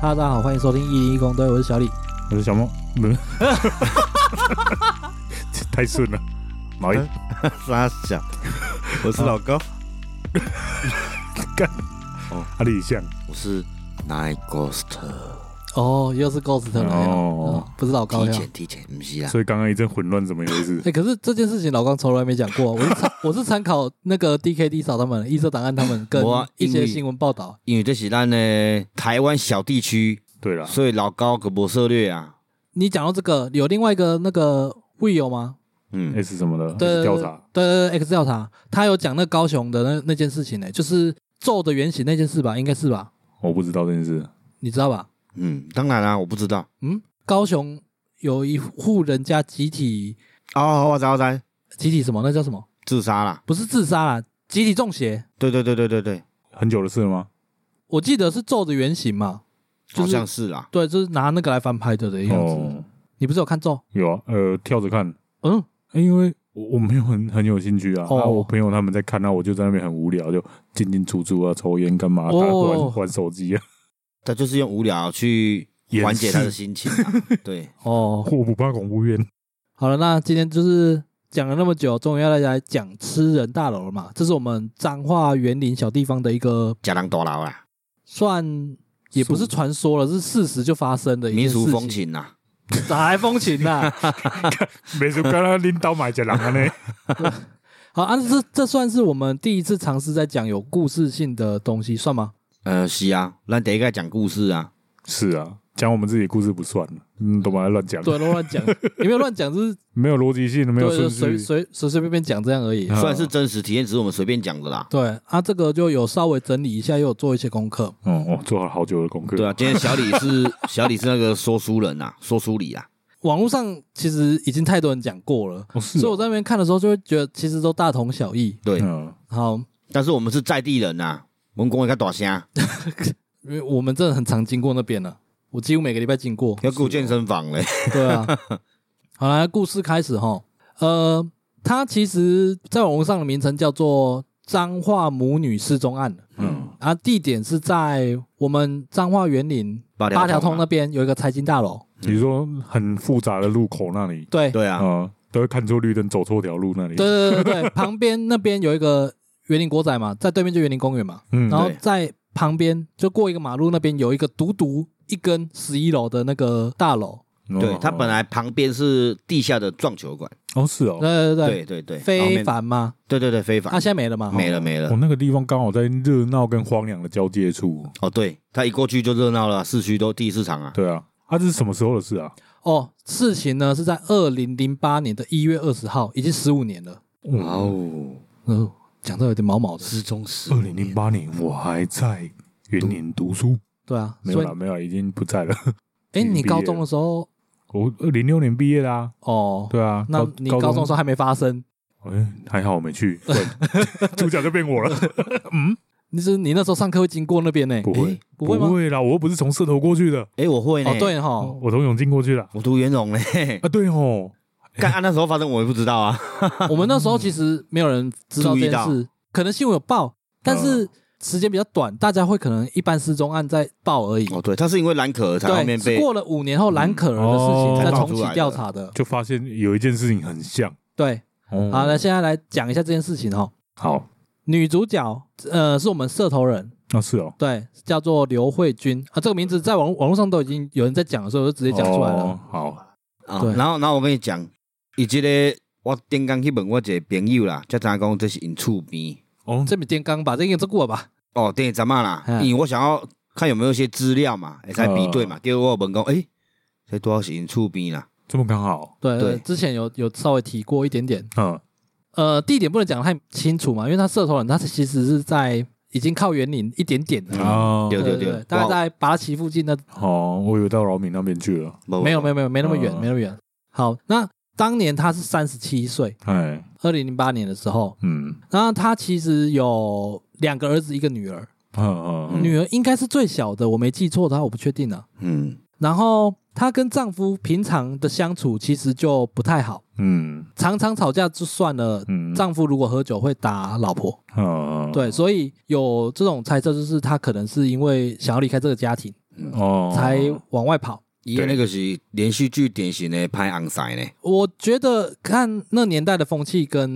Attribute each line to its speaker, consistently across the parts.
Speaker 1: 哈喽，大家好，欢迎收听一零一公队，我是小李。
Speaker 2: 我是小梦，不是， 太顺了，毛衣
Speaker 3: 嗯傻 小，我是老高，
Speaker 2: 阿里像
Speaker 3: 我是 Night Ghost，
Speaker 1: 哦，又是 Ghost 了，
Speaker 2: 哦
Speaker 1: 嗯不是老高
Speaker 3: 提
Speaker 1: 呀。
Speaker 3: 前提前，不是啊啦，
Speaker 2: 所以刚刚一阵混乱，怎么一回事
Speaker 1: 哎、？可是这件事情老刚从来没讲过，我是 参我是参考那个 DKD 嫂他们、异色档案他们跟
Speaker 3: 我啊
Speaker 1: 一
Speaker 3: 因
Speaker 1: 些
Speaker 3: 为
Speaker 1: 新闻报道。
Speaker 3: 因为这是咱的台湾小地区，
Speaker 2: 对了，
Speaker 3: 所以老高可无涉略啊，
Speaker 1: 你讲到这个，有另外一个那个 We 有吗？
Speaker 2: 那
Speaker 3: 嗯，
Speaker 2: 是什么的？
Speaker 1: 对
Speaker 2: 调查，
Speaker 1: 对对对 X 调查，他有讲那高雄的那那件事情呢、就是咒的原型那件事吧，应该是吧？
Speaker 2: 我不知道这件事。
Speaker 1: 你知道吧？
Speaker 3: 嗯，当然啦，我不知道，
Speaker 1: 嗯，高雄有一户人家集体
Speaker 3: 哦，我知我知，
Speaker 1: 集体什么？那叫什么？
Speaker 3: 自杀啦，
Speaker 1: 不是自杀啦，集体中邪。
Speaker 3: 对对对对对对，
Speaker 2: 很久的事了吗？
Speaker 1: 我记得是咒的原型嘛，就是
Speaker 3: 好像是啦，
Speaker 1: 对，就是拿那个来翻拍的的样子。
Speaker 2: 哦，
Speaker 1: 你不是有看咒？
Speaker 2: 有啊，呃，跳着看，
Speaker 1: 嗯，
Speaker 2: 欸因为我我没有很很有兴趣啊，
Speaker 1: 哦
Speaker 2: 啊，我朋友他们在看，啊那我就在那边很无聊，就进进出出啊，抽烟干嘛，打
Speaker 1: 哦
Speaker 2: 玩玩手机啊，
Speaker 3: 他就是用无聊去
Speaker 2: 掩饰
Speaker 3: 缓解他的心情 啊，对，
Speaker 1: 哦，
Speaker 2: 我不怕恐怖片。
Speaker 1: 好了，那今天就是讲了那么久，终于要来讲吃人大楼了嘛。这是我们彰化园林小地方的一个
Speaker 3: 假狼多劳啦，
Speaker 1: 算。也不是传说了，是事实就发生的一件
Speaker 3: 民
Speaker 1: 事情
Speaker 3: 俗风，情啊啦，
Speaker 1: 哪来风情呐、 啊？
Speaker 2: 美术刚刚领导买一狼啊 呢，
Speaker 1: 好啊，这这算是我们第一次尝试在讲有故事性的东西，算吗？
Speaker 3: 呃，是啊，咱第一个讲故事啊，
Speaker 2: 是啊，讲我们自己的故事不算了，嗯，都把它乱讲，
Speaker 1: 对，啊乱 讲，也没有乱讲，就是
Speaker 2: 没有逻辑性，没有
Speaker 1: 对，就
Speaker 2: 顺
Speaker 1: 随
Speaker 2: 序，
Speaker 1: 随随随便便讲这样而已。
Speaker 2: 啊
Speaker 3: 算是真实体验，只是我们随便讲的啦。
Speaker 1: 对啊，这个就有稍微整理一下，又有做一些功课。
Speaker 2: 哦，我做了好久的功课。
Speaker 3: 对啊，今天小李是小李是那个说书人啊，说书理啊，
Speaker 1: 网络上其实已经太多人讲过了，
Speaker 2: 哦，是
Speaker 1: 所以
Speaker 2: 哦，
Speaker 1: 我在那边看的时候就会觉得其实都大同小异。
Speaker 3: 对，
Speaker 2: 嗯，
Speaker 1: 好，
Speaker 3: 但是我们是在地人呐，我们公会较大声，。
Speaker 1: 因为我们真的很常经过那边了，我几乎每个礼拜经过
Speaker 3: 要顾健身房嘞，
Speaker 1: 对啊，好来故事开始哈。呃，它其实在网络上的名称叫做彰化母女失踪案，
Speaker 2: 嗯，
Speaker 1: 啊，地点是在我们彰化园林
Speaker 3: 八
Speaker 1: 八条
Speaker 3: 通
Speaker 1: 通
Speaker 3: 啊
Speaker 1: 那边有一个财经大楼。
Speaker 2: 比如说很复杂的路口那里，
Speaker 1: 对，
Speaker 3: 对啊，
Speaker 2: 啊，都会看错绿灯，走错条路那里，
Speaker 1: 对对 对对，旁边那边有一个园林国仔嘛，在对面就园林公园嘛，
Speaker 2: 嗯
Speaker 1: 然后
Speaker 3: 对在
Speaker 1: 在旁边就过一个马路，那边有一个独独一根十一楼的那个大楼，
Speaker 3: 对他本来旁边是地下的撞球馆，
Speaker 2: 哦是哦，
Speaker 1: 对对
Speaker 3: 对对对，然后
Speaker 1: 非
Speaker 3: 面
Speaker 1: 凡嘛，
Speaker 3: 对对对非
Speaker 1: 他、
Speaker 3: 凡
Speaker 1: 现在没了嘛，
Speaker 3: 没了没了
Speaker 2: 我，哦那个地方刚好在热闹跟荒凉的交界处，
Speaker 3: 哦，对他一过去就热闹了，市区都地市场啊，
Speaker 2: 对啊，啊这是什么时候的事啊？
Speaker 1: 哦，事情呢是在二零零八年的一月二十号，已经十五年了，
Speaker 3: 哇哦，
Speaker 1: 嗯，讲到有点毛毛的，
Speaker 3: 失踪十
Speaker 2: 二零零八年我还在云林读书，
Speaker 1: 对啊，
Speaker 2: 没有
Speaker 1: 所以
Speaker 2: 啦，没有啦，已经不在了。
Speaker 1: 哎，你
Speaker 2: 已经毕
Speaker 1: 高
Speaker 2: 业
Speaker 1: 中的时候
Speaker 2: 我二零六年毕业啦，
Speaker 1: 哦，
Speaker 2: 对啊，
Speaker 1: 那你高中的时候还没发生，
Speaker 2: 候，哎，还好我没去，不然 主角就变我了，
Speaker 1: 你是你那时候上课会经过那边呢，
Speaker 2: 不会，
Speaker 1: 不会吗？
Speaker 2: 啦，我又不是从社头过去的，
Speaker 3: 哎，我会呢
Speaker 1: 哦，，对哈，
Speaker 2: 我从永靖过去的
Speaker 3: 我读元荣嘞，
Speaker 2: 啊，对哦，
Speaker 3: 干啊那时候反正我也不知道啊，
Speaker 1: 我们那时候其实没有人知道这件
Speaker 3: 注
Speaker 1: 事，可能新闻有
Speaker 3: 嗯
Speaker 1: 报，但是时间比较短，大家会可能一般失踪案在报而已。
Speaker 3: 哦，对，他是因为蓝可儿才后
Speaker 1: 对，
Speaker 3: 面
Speaker 1: 是
Speaker 3: 被嗯
Speaker 1: 过了五年后蓝可儿的事情
Speaker 2: 哦
Speaker 1: 再
Speaker 3: 才爆
Speaker 1: 重
Speaker 3: 出
Speaker 1: 启
Speaker 3: 来的
Speaker 1: 调查的。
Speaker 2: 就发现有一件事情很像。
Speaker 1: 对，
Speaker 3: 嗯
Speaker 2: 哦
Speaker 1: 啊好，那现在来讲一下这件事情哈。
Speaker 2: 好，
Speaker 1: 女主角呃是我们社头人，
Speaker 2: 那是哦，
Speaker 1: 对，叫做刘慧君啊，这个名字在网网络上都已经有人在讲的时候，我就直接讲出来了。
Speaker 2: 哦。好，
Speaker 3: 啊
Speaker 1: 对，
Speaker 3: 然后然后我跟你讲，伊即个我顶工去问我一个朋友啦，才知影讲这是因厝边
Speaker 2: 哦，
Speaker 1: 这笔电刚把这个这过吧，
Speaker 3: 哦，等于怎么啦？
Speaker 1: 嗯
Speaker 3: 因为我想要看有没有一些资料嘛，会使比对
Speaker 1: 哦
Speaker 3: 嘛。第二我有问讲，诶，这多少是因厝边啦？
Speaker 2: 这么刚好，
Speaker 1: 对
Speaker 3: 对
Speaker 1: 之前有有稍微提过一点点。
Speaker 2: 嗯，
Speaker 1: 呃，地点不能讲得太清楚嘛，因为它社头人，它其实是在已经靠园林一点点的，
Speaker 3: 嗯
Speaker 2: 啊，
Speaker 3: 对
Speaker 1: 对大概在八旗附近的，
Speaker 2: 哦，我以为到饶明那边去了，
Speaker 1: 没有没
Speaker 3: 有，
Speaker 1: 有没有没那么远，
Speaker 2: 嗯
Speaker 1: 没那么远。好，那当年他是三十七岁，
Speaker 2: 哎，
Speaker 1: 二零零八年的时候，
Speaker 2: 嗯，
Speaker 1: 那他其实有两个儿子，一个女儿，
Speaker 2: 嗯嗯
Speaker 1: 女儿应该是最小的，我没记错的话，我不确定啊。
Speaker 3: 嗯，
Speaker 1: 然后她跟丈夫平常的相处其实就不太好，
Speaker 2: 嗯
Speaker 1: 常常吵架就算了，
Speaker 2: 嗯，
Speaker 1: 丈夫如果喝酒会打老婆。
Speaker 2: 嗯，嗯，
Speaker 1: 对，所以有这种猜测，就是她可能是因为想要离开这个家庭，
Speaker 2: 哦，
Speaker 1: 才往外跑。
Speaker 3: 伊的那个是连续剧典型的拍昂塞呢，
Speaker 1: 我觉得看那年代的风气跟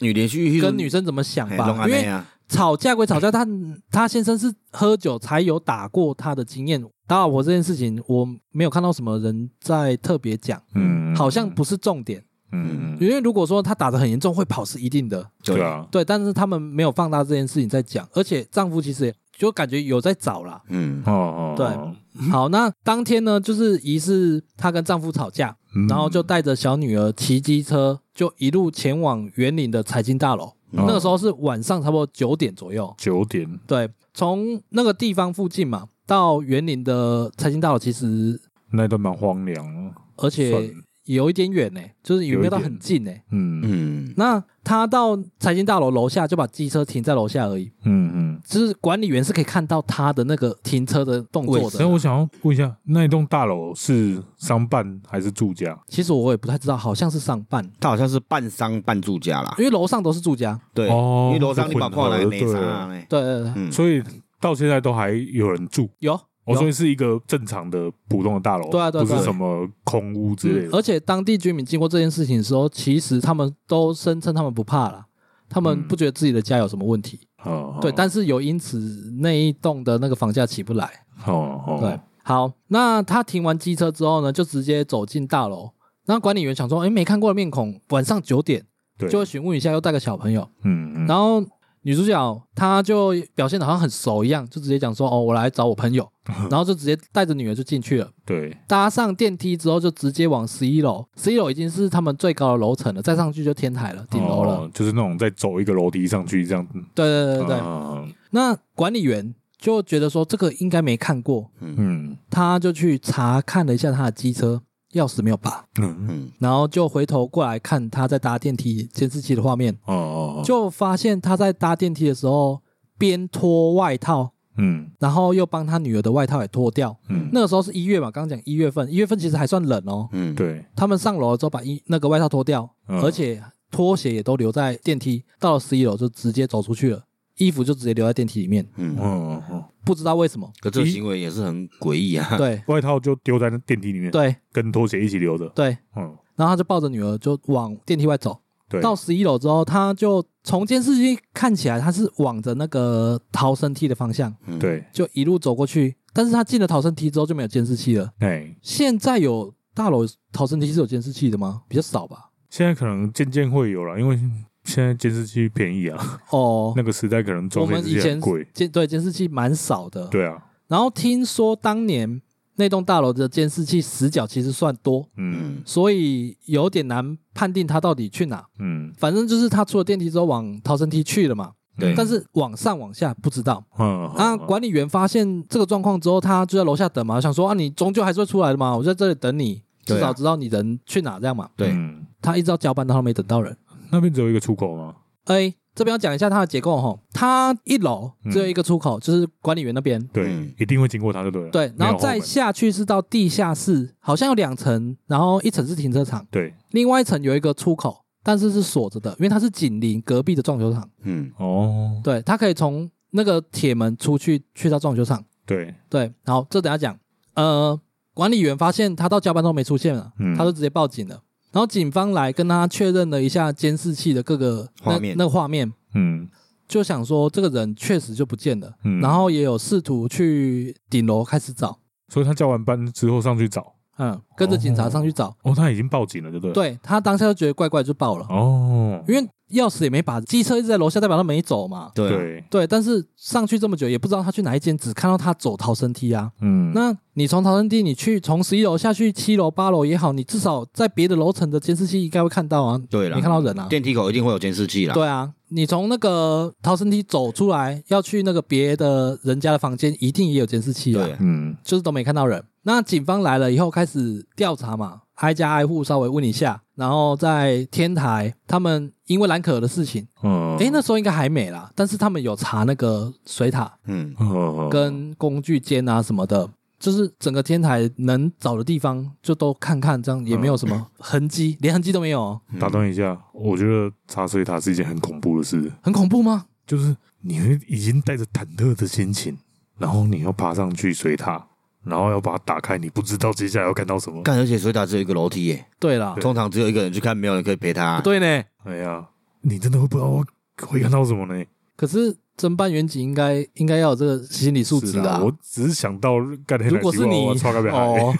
Speaker 3: 因为连续剧
Speaker 1: 跟女生怎么想
Speaker 3: 嘿
Speaker 1: 吧
Speaker 2: 哎
Speaker 3: 拢，安
Speaker 1: 因
Speaker 3: 尼
Speaker 1: 为
Speaker 3: 啊，
Speaker 1: 吵架归吵架，他他先生是喝酒才有打过他的经验，打老婆这件事情我没有看到什么人在特别讲，
Speaker 2: 嗯
Speaker 1: 好像不是重点，
Speaker 2: 嗯，嗯
Speaker 1: 因为如果说他打得很严重，会跑是一定的，
Speaker 2: 对，啊，
Speaker 1: 对，但是他们没有放大这件事情在讲，而且丈夫其实也就感觉有在找啦。
Speaker 3: 嗯，
Speaker 2: 哦哦，
Speaker 1: 对
Speaker 2: 哦，
Speaker 1: 好，那当天呢，就是疑似她跟丈夫吵架，
Speaker 2: 嗯
Speaker 1: 然后就带着小女儿骑机车，就一路前往园林的财经大楼。
Speaker 2: 嗯
Speaker 1: 那个时候是晚上差不多九点左右，
Speaker 2: 九点，
Speaker 1: 对，从那个地方附近嘛，到园林的财经大楼，其实
Speaker 2: 那一段蛮荒凉的，
Speaker 1: 而
Speaker 2: 算
Speaker 1: 且有一点远呢、就是也没有到
Speaker 2: 有一点
Speaker 1: 很近呢、
Speaker 2: 嗯
Speaker 3: 嗯，
Speaker 1: 那她到财经大楼楼下就把机车停在楼下而已，
Speaker 2: 嗯嗯。
Speaker 1: 就是管理员是可以看到她的那个停车的动
Speaker 3: 位
Speaker 1: 作
Speaker 3: 置
Speaker 2: 所以
Speaker 1: 的。
Speaker 2: 我想要问一下，那一栋大楼是商办还是住家？
Speaker 1: 其实我也不太知道，好像是上半，
Speaker 3: 他好像是半商半住家啦，
Speaker 1: 因为楼上都是住家，
Speaker 3: 对，
Speaker 2: 哦
Speaker 3: 因为楼上你把
Speaker 2: 混合
Speaker 3: 看来没
Speaker 2: 对
Speaker 3: 啥呢，
Speaker 1: 对对对，
Speaker 3: 嗯，
Speaker 2: 所以到现在都还有人住。
Speaker 1: 有。
Speaker 2: 我、
Speaker 1: 有
Speaker 2: 所以是一个正常的普通的大楼，
Speaker 1: 对啊对啊
Speaker 2: 不
Speaker 1: 对
Speaker 2: 是
Speaker 1: 啊
Speaker 2: 什么空屋之类
Speaker 1: 嗯
Speaker 2: 的。
Speaker 1: 而且当地居民经过这件事情的时候，其实他们都声称他们不怕了，他们
Speaker 2: 嗯
Speaker 1: 不觉得自己的家有什么问题。
Speaker 2: 哦
Speaker 1: 对，但是有因此那一栋的那个房价起不来。
Speaker 2: 哦哦，
Speaker 1: 对，好，那他停完机车之后呢，就直接走进大楼。那管理员想说，哎，没看过的面孔，晚上九点
Speaker 2: 对，
Speaker 1: 就会询问一下，又带个小朋友。
Speaker 2: 嗯嗯，
Speaker 1: 然后女主角她就表现的好像很熟一样，就直接讲说，哦，我来找我朋友， 然后就直接带着女儿就进去了。
Speaker 2: 对，
Speaker 1: 搭上电梯之后，就直接往十一楼。十一楼已经是他们最高的楼层了，再上去就天台了，顶楼了。
Speaker 2: 哦，就是那种再走一个楼梯上去这样。
Speaker 1: 对对对对对。
Speaker 2: 嗯
Speaker 1: 那管理员就觉得说这个应该没看过，
Speaker 2: 嗯
Speaker 1: 他就去查看了一下他的机车钥匙没有拔，
Speaker 2: 嗯，
Speaker 3: 嗯，
Speaker 1: 然后就回头过来看他在搭电梯监视器的画面，
Speaker 2: 哦哦，哦
Speaker 1: 就发现他在搭电梯的时候边脱外套。
Speaker 2: 嗯
Speaker 1: 然后又帮他女儿的外套也脱掉。
Speaker 2: 嗯，
Speaker 1: 那个时候是一月嘛，刚刚讲一月份，一月份其实还算冷哦。
Speaker 3: 嗯，
Speaker 2: 对，
Speaker 1: 他们上楼了之后把衣那个外套脱掉，
Speaker 2: 嗯
Speaker 1: 而且拖鞋也都留在电梯，到了十一楼就直接走出去了，衣服就直接留在电梯里面，
Speaker 2: 嗯
Speaker 3: 嗯，
Speaker 2: 嗯嗯，
Speaker 1: 不知道为什么。
Speaker 3: 可这个行为也是很诡异啊，
Speaker 1: 对
Speaker 2: 外套就丢在那电梯里面，
Speaker 1: 对
Speaker 2: 跟拖鞋一起留着。
Speaker 1: 对，
Speaker 2: 嗯，
Speaker 1: 然后他就抱着女儿就往电梯外走，
Speaker 2: 对，
Speaker 1: 到十一楼之后，他就从监视器看起来他是往着那个逃生梯的方向
Speaker 3: 嗯，
Speaker 2: 对，
Speaker 1: 就一路走过去，但是他进了逃生梯之后就没有监视器了。
Speaker 2: 哎，
Speaker 1: 现在有大楼逃生梯是有监视器的吗？比较少吧。
Speaker 2: 现在可能渐渐会有了，因为现在监视器便宜啊，
Speaker 1: 哦，
Speaker 2: 那个时代可能
Speaker 1: 我
Speaker 2: 装监
Speaker 1: 们以
Speaker 2: 视器
Speaker 1: 前
Speaker 2: 很贵。
Speaker 1: 监对监视器蛮少的。
Speaker 2: 对啊，
Speaker 1: 然后听说当年那栋大楼的监视器死角其实算多，
Speaker 2: 嗯
Speaker 3: 嗯，
Speaker 1: 所以有点难判定他到底去哪。
Speaker 2: 嗯，
Speaker 1: 反正就是他出了电梯之后往逃生梯去了嘛，
Speaker 3: 对哦
Speaker 1: 但是往上往下不知道。
Speaker 2: 嗯，
Speaker 1: 啊，
Speaker 2: 嗯嗯
Speaker 1: 管理员发现这个状况之后，他就在楼下等嘛，想说啊，你终究还是会出来的嘛，我就在这里等你，
Speaker 3: 对啊
Speaker 1: 至少知道你人去哪这样嘛。
Speaker 3: 对啊
Speaker 2: 嗯
Speaker 1: 他一直到交班，他没等到人。
Speaker 2: 那边只有一个出口吗？
Speaker 1: 哎，这边要讲一下它的结构哈，它一楼只有一个出口，就是管理员那边，
Speaker 2: 对，
Speaker 3: 嗯
Speaker 2: 一定会经过它就对了。
Speaker 1: 对，然后
Speaker 2: 没有
Speaker 1: 再
Speaker 2: 门
Speaker 1: 下去是到地下室，好像有两层，然后一层是停车场，
Speaker 2: 对，
Speaker 1: 另外一层有一个出口，但是是锁着的，因为它是紧邻隔壁的撞球场，
Speaker 3: 嗯，
Speaker 2: 哦，
Speaker 1: 对，它可以从那个铁门出去去到撞球场，
Speaker 2: 对，
Speaker 1: 对，好，这等一下讲，呃，管理员发现他到加班都没出现了，
Speaker 2: 嗯
Speaker 1: 他就直接报警了。然后警方来跟他确认了一下监视器的各个那
Speaker 3: 画面
Speaker 1: 那个画面
Speaker 2: 嗯
Speaker 1: 就想说这个人确实就不见了，
Speaker 2: 嗯，
Speaker 1: 然后也有试图去顶楼开始找，
Speaker 2: 所以他叫完班之后上去找，
Speaker 1: 嗯，跟着警察上去找。
Speaker 2: 哦，他已经报警了，对不对？，
Speaker 1: 对他当下就觉得怪怪，就报了，
Speaker 2: 哦，
Speaker 1: 因为钥匙也没把，机车一直在楼下，代表他没走嘛。
Speaker 3: 对啊，
Speaker 2: 对，
Speaker 1: 对，但是上去这么久也不知道他去哪一间，只看到他走逃生梯啊。
Speaker 2: 嗯，
Speaker 1: 那你从逃生梯你去从十一楼下去七楼八楼也好，你至少在别的楼层的监视器应该会看到啊，
Speaker 3: 对
Speaker 1: 没
Speaker 3: 啦
Speaker 1: 看到人啊。
Speaker 3: 电梯口一定会有监视器啦，
Speaker 1: 对啊，你从那个逃生梯走出来，要去那个别的人家的房间，一定也有监视器啊。
Speaker 3: 对，
Speaker 2: 嗯
Speaker 1: 就是都没看到人。那警方来了以后开始调查嘛，挨家挨户稍微问一下，然后在天台，他们因为蓝可儿的事情，
Speaker 2: 嗯，
Speaker 1: 诶，那时候应该还没啦，但是他们有查那个水塔
Speaker 3: 嗯，
Speaker 2: 那
Speaker 1: 跟工具间啊什么的，就是整个天台能找的地方就都看看，这样也没有什么痕迹，连痕迹都没有哦，
Speaker 2: 打断一下，我觉得查水塔是一件很恐怖的事，
Speaker 1: 很恐怖吗？
Speaker 2: 就是你会已经带着忐忑的心情，然后你要爬上去水塔，然后要把它打开，你不知道接下来要看到什么。
Speaker 3: 干，而且水塔只有一个楼梯耶，
Speaker 1: 对啦，
Speaker 3: 通常只有一个人去看，没有人可以陪他、
Speaker 1: 不对呢。
Speaker 2: 哎呀，你真的会不知道会看到什么呢？
Speaker 1: 可是侦办员警应该应该要有这个心理素质
Speaker 2: 是啊
Speaker 1: 啊。
Speaker 2: 我只是想到干黑
Speaker 1: 如果是你
Speaker 2: 超干杯
Speaker 1: 哦，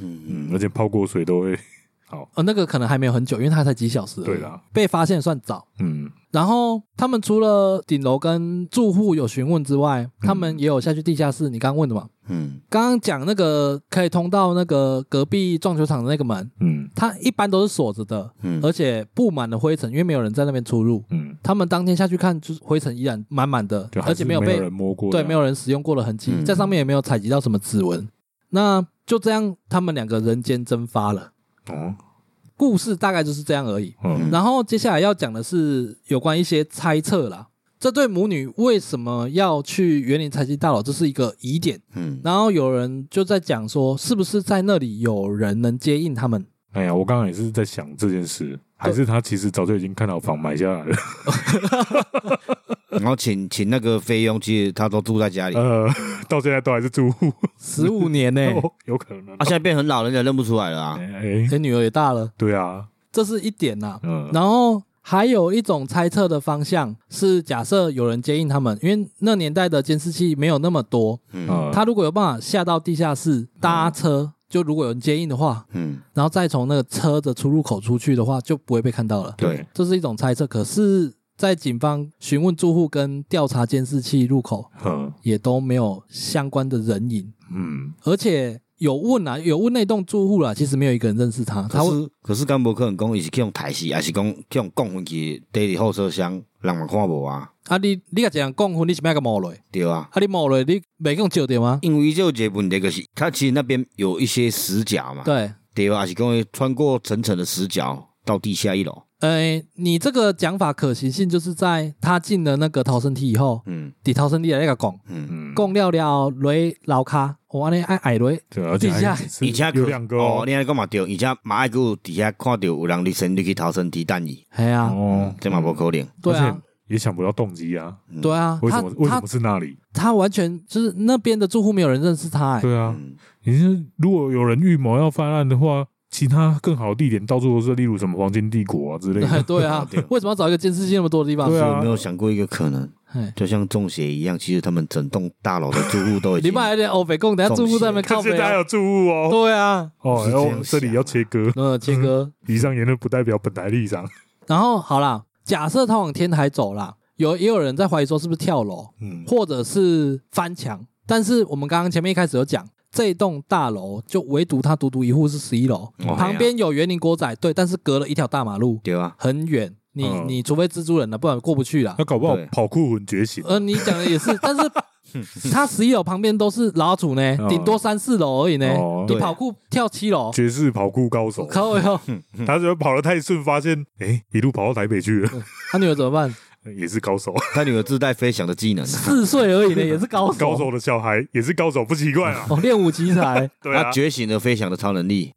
Speaker 3: 嗯
Speaker 2: 嗯， 而且泡过水都会，
Speaker 1: 呃，那个可能还没有很久，因为他才几小时。
Speaker 2: 对，啦，
Speaker 1: 被发现算早。
Speaker 2: 嗯，
Speaker 1: 然后他们除了顶楼跟住户有询问之外，他们也有下去地下室。你刚刚问的嘛？
Speaker 3: 嗯
Speaker 1: 刚刚讲那个可以通到那个隔壁撞球场的那个门，
Speaker 2: 嗯
Speaker 1: 它一般都是锁着的，
Speaker 3: 嗯
Speaker 1: 而且布满了灰尘，因为没有人在那边出入。
Speaker 2: 嗯，
Speaker 1: 他们当天下去看，就是灰尘依然满满的
Speaker 2: 就，还
Speaker 1: 而
Speaker 2: 是
Speaker 1: 且
Speaker 2: 没
Speaker 1: 有被
Speaker 2: 人摸过，
Speaker 1: 对没有人使用过的痕迹，
Speaker 3: 嗯
Speaker 1: 在上面也没有采集到什么指纹。那就这样，他们两个人间蒸发了。
Speaker 2: 哦，
Speaker 1: 故事大概就是这样而已。
Speaker 2: 嗯
Speaker 1: 然后接下来要讲的是有关一些猜测啦。这对母女为什么要去园林财经大楼，这是一个疑点。
Speaker 3: 嗯，
Speaker 1: 然后有人就在讲说，是不是在那里有人能接应他们？
Speaker 2: 哎呀，我刚刚也是在想这件事，还是他其实早就已经看好房买下来了，
Speaker 3: 然后请请那个菲佣，其实他都住在家里，啊，
Speaker 2: 呃， 到现在都还是住户，
Speaker 1: 十五年 呢、欸，
Speaker 2: 哦 有可能，
Speaker 3: 啊现在变很老，人家认不出来了啊。
Speaker 2: 哎，哎
Speaker 1: 这女儿也大了，
Speaker 2: 对啊，
Speaker 1: 这是一点呐、
Speaker 2: 嗯，
Speaker 1: 然后还有一种猜测的方向是，假设有人接应他们，因为那年代的监视器没有那么多，
Speaker 3: 嗯
Speaker 2: 嗯
Speaker 1: 他如果有办法下到地下室搭车，就如果有人接应的话，
Speaker 3: 嗯，
Speaker 1: 然后再从那个车的出入口出去的话，就不会被看到了。
Speaker 3: 对，
Speaker 1: 这是一种猜测，可是，在警方询问住户跟调查监视器入口，
Speaker 2: 嗯
Speaker 1: 也都没有相关的人影，
Speaker 2: 嗯，
Speaker 1: 而且有问啊，有问那栋住户啦，其实没有一个人认识他，他
Speaker 3: 可
Speaker 1: 会
Speaker 3: 是可是甘伯克人讲，伊是去用台戏，还是讲去用降分去堆伫后车厢，人嘛看无啊？
Speaker 1: 啊你你甲这样讲婚，你是要个毛嘞？
Speaker 3: 对啊，
Speaker 1: 啊你毛嘞，你没讲照着吗？
Speaker 3: 因为伊就有一个问题，就是他其实那边有一些死角嘛，
Speaker 1: 对，
Speaker 3: 对啊，还是讲会穿过层层的死角到地下一楼。
Speaker 1: 呃，你这个讲法可行性就是在他进了那个逃生梯以后，
Speaker 3: 嗯
Speaker 1: 底逃生梯的那个拱
Speaker 3: 嗯，
Speaker 2: 嗯，
Speaker 1: 拱了了雷老卡，我安尼爱矮雷，
Speaker 2: 对，而且
Speaker 1: 底下
Speaker 2: 还是
Speaker 3: 而且可
Speaker 2: 有两个
Speaker 3: 哦，你安尼讲嘛对，而且马爱有底下看到有人伫身入去逃生提弹伊，
Speaker 1: 嘿啊，
Speaker 2: 哦
Speaker 3: 嗯，这嘛无可能。
Speaker 1: 对啊，
Speaker 2: 也想不到动机啊，
Speaker 3: 嗯
Speaker 1: 对啊，
Speaker 2: 为
Speaker 1: 他
Speaker 2: 什么为
Speaker 1: 他
Speaker 2: 什么是那里？
Speaker 1: 他完全就是那边的住户没有人认识他、哎，
Speaker 2: 对啊，
Speaker 3: 嗯
Speaker 2: 你是如果有人预谋要犯案的话，其他更好的地点到处都是，例如什么黄金帝国啊之类 的。
Speaker 1: 对啊
Speaker 3: 对，
Speaker 1: 为什么要找一个监视器那么多的地方？哎
Speaker 2: 对啊
Speaker 3: 有没有想过一个可能，
Speaker 1: 嘿，
Speaker 3: 就像中邪一样，其实他们整栋大楼的住户都已
Speaker 1: 你
Speaker 3: 经
Speaker 1: 买一点欧北贡，等下住户在那边
Speaker 2: 看
Speaker 1: 靠
Speaker 2: 现
Speaker 1: 北
Speaker 2: 在还
Speaker 1: 啊、
Speaker 2: 有住户哦，
Speaker 1: 对啊，
Speaker 2: 哦，
Speaker 3: 是
Speaker 2: 然
Speaker 3: 这样
Speaker 2: 后这里要切割，
Speaker 1: 那切割。
Speaker 2: 以上言论不代表本台立 场。
Speaker 1: 然后好啦，假设他往天台走啦，有也有人在怀疑说是不是跳楼，
Speaker 2: 嗯，
Speaker 1: 或者是翻墙。但是我们刚刚前面一开始有讲，这栋大楼就唯独它独独一户是十一楼，
Speaker 2: 哎
Speaker 3: 哦
Speaker 1: 旁边有园林国仔，对，但是隔了一条大马路，
Speaker 3: 对啊，
Speaker 1: 很远，你、
Speaker 2: 嗯
Speaker 1: 你除非蜘蛛人了，不然过不去啦
Speaker 2: 那。搞不好
Speaker 3: 对
Speaker 2: 跑酷魂觉醒，
Speaker 1: 呃，你讲的也是， 但是他十一楼旁边都是老鼠呢，
Speaker 2: 哦
Speaker 1: 顶多三四楼而已呢。
Speaker 2: 哦
Speaker 1: 你
Speaker 3: 对
Speaker 1: 跑酷跳七楼，
Speaker 2: 绝世跑酷高手，
Speaker 1: 靠哟，
Speaker 3: 嗯
Speaker 2: 他觉得跑得太顺，发现哎，一路跑到台北去了，
Speaker 1: 他女儿怎么办？
Speaker 2: 也是高手，
Speaker 3: 他女儿自带飞翔的技能啊，
Speaker 1: 四岁而 已呢，也是高手，
Speaker 2: 高手的小孩也是高手，不奇 怪啊。
Speaker 1: 哦，练武奇 才。
Speaker 2: 对啊呃
Speaker 3: 她，觉醒了飞翔的超能力。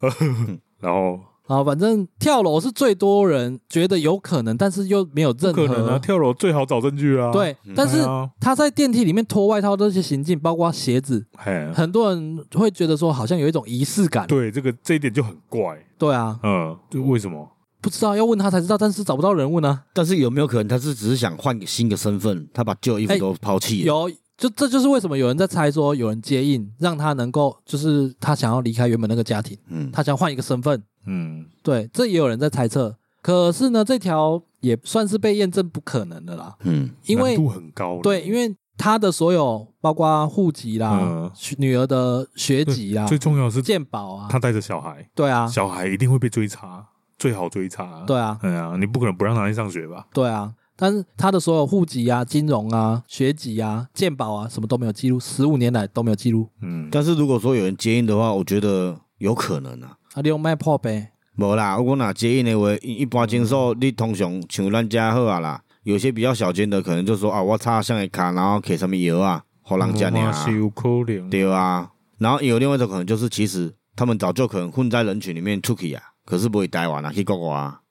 Speaker 2: 然后
Speaker 1: 好，反正跳楼是最多人觉得有可能，但是又没有
Speaker 2: 不
Speaker 1: 任
Speaker 2: 可能啊，
Speaker 1: 何
Speaker 2: 跳楼最好找证据啊。
Speaker 1: 对，但
Speaker 2: 哎
Speaker 1: 是
Speaker 2: 呀，
Speaker 1: 他在电梯里面脱外套这些行径，包括鞋子，
Speaker 2: 嘿，
Speaker 1: 很多人会觉得说好像有一种仪式感。
Speaker 2: 哎嗯对这个这一点就很怪，
Speaker 1: 对啊，
Speaker 2: 嗯，就为什么？
Speaker 1: 不知道要问他才知道，但是找不到人问啊。
Speaker 3: 但是有没有可能，他是只是想换个新的身份，他把旧衣服
Speaker 1: 哎
Speaker 3: 都抛弃了？
Speaker 1: 有，就这就是为什么有人在猜说有人接应，让他能够就是他想要离开原本那个家庭，
Speaker 3: 嗯，
Speaker 1: 他想换一个身份。
Speaker 2: 嗯，
Speaker 1: 对，这也有人在猜测。可是呢，这条也算是被验证不可能的啦，
Speaker 3: 嗯，
Speaker 1: 因为
Speaker 2: 难度很高了，
Speaker 1: 对，因为他的所有包括户籍啦、
Speaker 2: 嗯
Speaker 1: 学女儿的学籍啦、
Speaker 2: 啊最重要的是
Speaker 1: 鉴宝啊，
Speaker 2: 他带着小孩，
Speaker 1: 对啊，
Speaker 2: 小孩一定会被追查，最好追查。
Speaker 1: 对啊，
Speaker 2: 哎呀，你不可能不让他去上学吧？
Speaker 1: 对啊。但是他的所有户籍啊、金融啊、学籍啊、鉴宝啊，什么都没有记录，十五年来都没有记录。
Speaker 2: 嗯，
Speaker 3: 但是如果说有人接应的话，我觉得有可能啊。
Speaker 1: 啊，利用卖破呗，
Speaker 3: 无啦，我若接应的话，一一般经手你通常像咱遮好啊啦，有些比较小间的可能就说啊，我插上个卡，然后给什么药啊，互人家
Speaker 2: 嘛
Speaker 3: 尔、
Speaker 2: 嗯是有可能。
Speaker 3: 对啊。然后也有另外一种可能，就是其实他们早就可能混在人群里面出去啊，可是不会待完啊，去国外啊。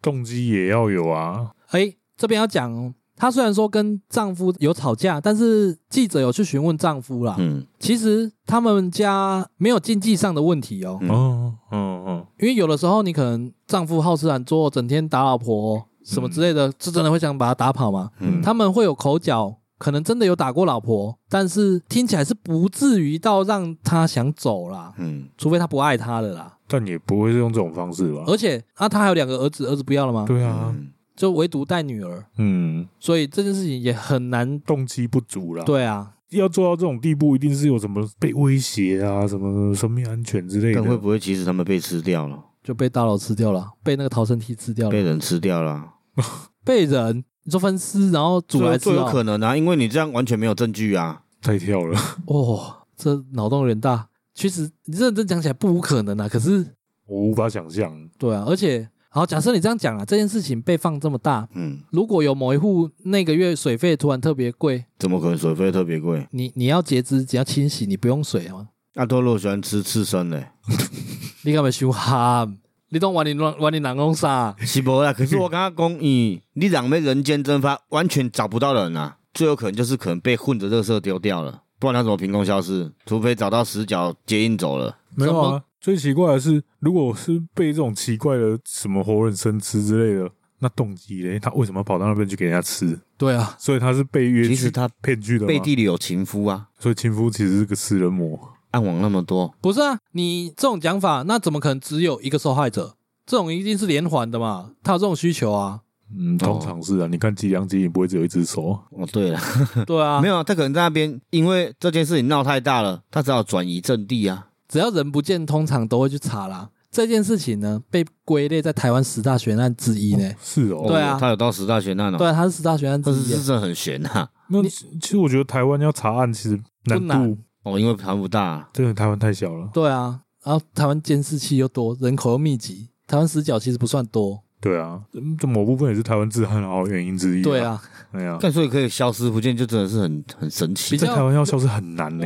Speaker 2: 动机也要有啊。
Speaker 1: 哎，这边要讲哦，她虽然说跟丈夫有吵架，但是记者有去询问丈夫啦。
Speaker 3: 嗯，
Speaker 1: 其实他们家没有经济上的问题哦，
Speaker 3: 嗯
Speaker 2: 哦哦哦，
Speaker 1: 因为有的时候你可能丈夫好吃懒做，整天打老婆什么之类的，是真的会想把他打跑吗？
Speaker 3: 嗯
Speaker 1: 他们会有口角，可能真的有打过老婆，但是听起来是不至于到让他想走啦，
Speaker 3: 嗯
Speaker 1: 除非他不爱他了啦。
Speaker 2: 但也不会是用这种方式吧？
Speaker 1: 而且啊，他还有两个儿子，儿子不要了吗？
Speaker 2: 对啊，
Speaker 3: 嗯
Speaker 1: 就唯独带女儿，
Speaker 2: 嗯，
Speaker 1: 所以这件事情也很难。
Speaker 2: 动机不足啦。，
Speaker 1: 对啊，
Speaker 2: 要做到这种地步，一定是有什么被威胁啊，什么生命安全之类
Speaker 3: 但会
Speaker 2: 的。
Speaker 3: 不会其实他们被吃掉了，
Speaker 1: 就被大佬吃掉了，被那个逃生梯吃掉
Speaker 3: 被
Speaker 1: 了，
Speaker 3: 人吃掉了？
Speaker 1: 被人你说分尸然后煮来吃
Speaker 3: 最有
Speaker 1: 哦，
Speaker 3: 可能啊，因为你这样完全没有证据啊。
Speaker 2: 太跳了，
Speaker 1: 哦，这脑洞有点大。其实你认真讲起来不无可能啊，可是
Speaker 2: 我无法想象。
Speaker 1: 对啊，而且好，假设你这样讲啊，这件事情被放这么大，
Speaker 3: 嗯，
Speaker 1: 如果有某一户那个月水费突然特别贵，
Speaker 3: 怎么可能水费特别贵？啊
Speaker 1: 你你要截肢，只要清洗，你不用水吗？
Speaker 3: 阿多肉喜欢吃刺身嘞、
Speaker 1: 你干嘛修哈？你当玩你乱玩你南宫啥？
Speaker 3: 是无啦。可是 我刚刚讲，咦，你两被人间蒸发，完全找不到人啊。最有可能就是可能被混着热色丢掉了，不然他怎么凭空消失？除非找到死角接应走了。
Speaker 2: 没有
Speaker 1: 怎
Speaker 2: 啊，最奇怪的是，如果是被这种奇怪的什么活人生吃之类的，那动机嘞？他为什么跑到那边去给人家吃？
Speaker 1: 对啊，
Speaker 2: 所以他是被约
Speaker 3: 其实
Speaker 2: 去
Speaker 3: 他
Speaker 2: 骗去的
Speaker 3: 背
Speaker 2: 吗？
Speaker 3: 地里有情夫啊，
Speaker 2: 所以情夫其实是个食人魔。
Speaker 3: 暗网那么多，
Speaker 1: 不是啊，你这种讲法，那怎么可能只有一个受害者？这种一定是连环的嘛，他有这种需求啊，
Speaker 2: 嗯，通常是啊。你看吉良吉影不会只有一只手啊，
Speaker 3: 哦，对了，
Speaker 1: 对啊，
Speaker 3: 没
Speaker 1: 有，
Speaker 3: 有啊，他可能在那边，因为这件事情闹太大了，他只好转移阵地啊。
Speaker 1: 只要人不见，通常都会去查啦。这件事情呢，被归类在台湾十大悬案之一呢。
Speaker 2: 是哦。
Speaker 1: 对啊
Speaker 3: 他有到十大悬案哦，
Speaker 1: 对啊，它是十大悬案之
Speaker 3: 但是
Speaker 1: 一
Speaker 3: 是
Speaker 1: 耶，
Speaker 3: 真的很悬啊。
Speaker 2: 那
Speaker 1: 你
Speaker 2: 其其实我觉得台湾要查案其实难
Speaker 1: 不
Speaker 2: 度
Speaker 1: 难
Speaker 3: 哦，因为盘不大、啊，
Speaker 2: 真的台湾太小了。
Speaker 1: 对啊。然后台湾监视器又多，人口又密集，台湾死角其实不算多。
Speaker 2: 对啊，嗯这某部分也是台湾治安的好原因之一。
Speaker 1: 对，啊，
Speaker 2: 哎呀，
Speaker 3: 但所以可以消失不见，就真的是很很神奇啊
Speaker 1: 比。
Speaker 2: 在
Speaker 1: 较
Speaker 2: 台湾要消失很 难呢。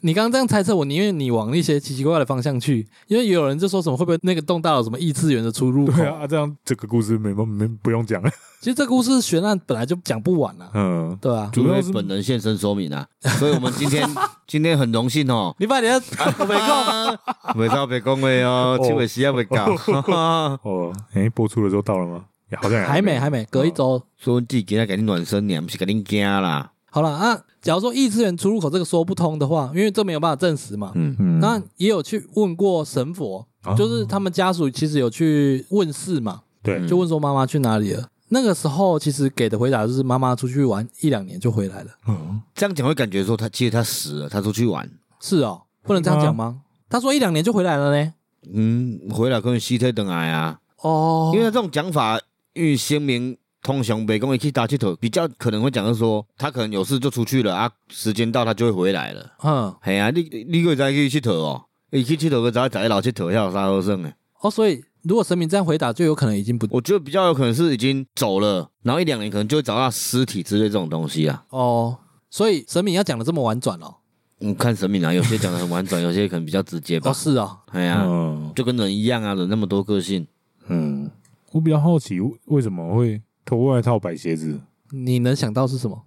Speaker 1: 你刚刚这样猜测，我宁愿你往一些奇奇怪怪的方向去，因为也有人就说什么会不会那个洞大有什么异次元的出入口？
Speaker 2: 对啊，这样这个故事没没不用讲了。
Speaker 1: 其实这故事悬案本来就讲不完啊，
Speaker 2: 嗯，
Speaker 1: 对啊。。
Speaker 2: 主要
Speaker 3: 因
Speaker 2: 是
Speaker 3: 为本人现身说明啊， 所以我们今天今天很荣幸哦
Speaker 1: 你把你的我没空。
Speaker 3: 袂操别讲话哦，这尾时也袂到，
Speaker 2: 哦，哎，播出的时候到了吗？也好像也
Speaker 1: 还没，还没，隔一周。
Speaker 3: 所以我自己今天给你暖身呢，不是给你惊啦。
Speaker 1: 好了啊，假如说异次元出入口这个说不通的话，因为这没有办法证实嘛。
Speaker 3: 嗯，
Speaker 2: 嗯，
Speaker 1: 那也有去问过神佛，
Speaker 2: 啊
Speaker 1: 就是他们家属其实有去问事嘛，
Speaker 2: 对，
Speaker 1: 就问说妈妈去哪里了。那个时候其实给的回答就是妈妈出去玩一两年就回来了。
Speaker 2: 嗯
Speaker 3: 这样讲会感觉说他其实他死了，他出去玩，
Speaker 1: 是哦，不能这样讲吗？他说一两年就回来了呢。
Speaker 3: 嗯，回来可能西退等来啊，
Speaker 1: 哦，
Speaker 3: 因为他这种讲法，因为先明通常北宫一去打去头，比较可能会讲到说他可能有事就出去了啊，时间到他就会回来了。
Speaker 1: 嗯
Speaker 3: 系啊，你你个再去佚佗哦，伊去佚佗个早仔老佚佗，遐有啥好耍的？
Speaker 1: 哦，所以如果神明这样回答，就有可能已经不
Speaker 3: 我觉得比较有可能是已经走了，然后一两年可能就会找到尸体之类这种东西啊。
Speaker 1: 哦，所以神明要讲的这么婉转哦。
Speaker 3: 嗯，看神明啊，有些讲的很婉转，有些可能比较直接吧
Speaker 1: 哦，。是哦，
Speaker 3: 哎呀、
Speaker 2: 嗯
Speaker 3: 就跟人一样啊，人那么多个性，
Speaker 2: 嗯，我比较好奇为什么会脱外套摆鞋子。
Speaker 1: 你能想到是什么？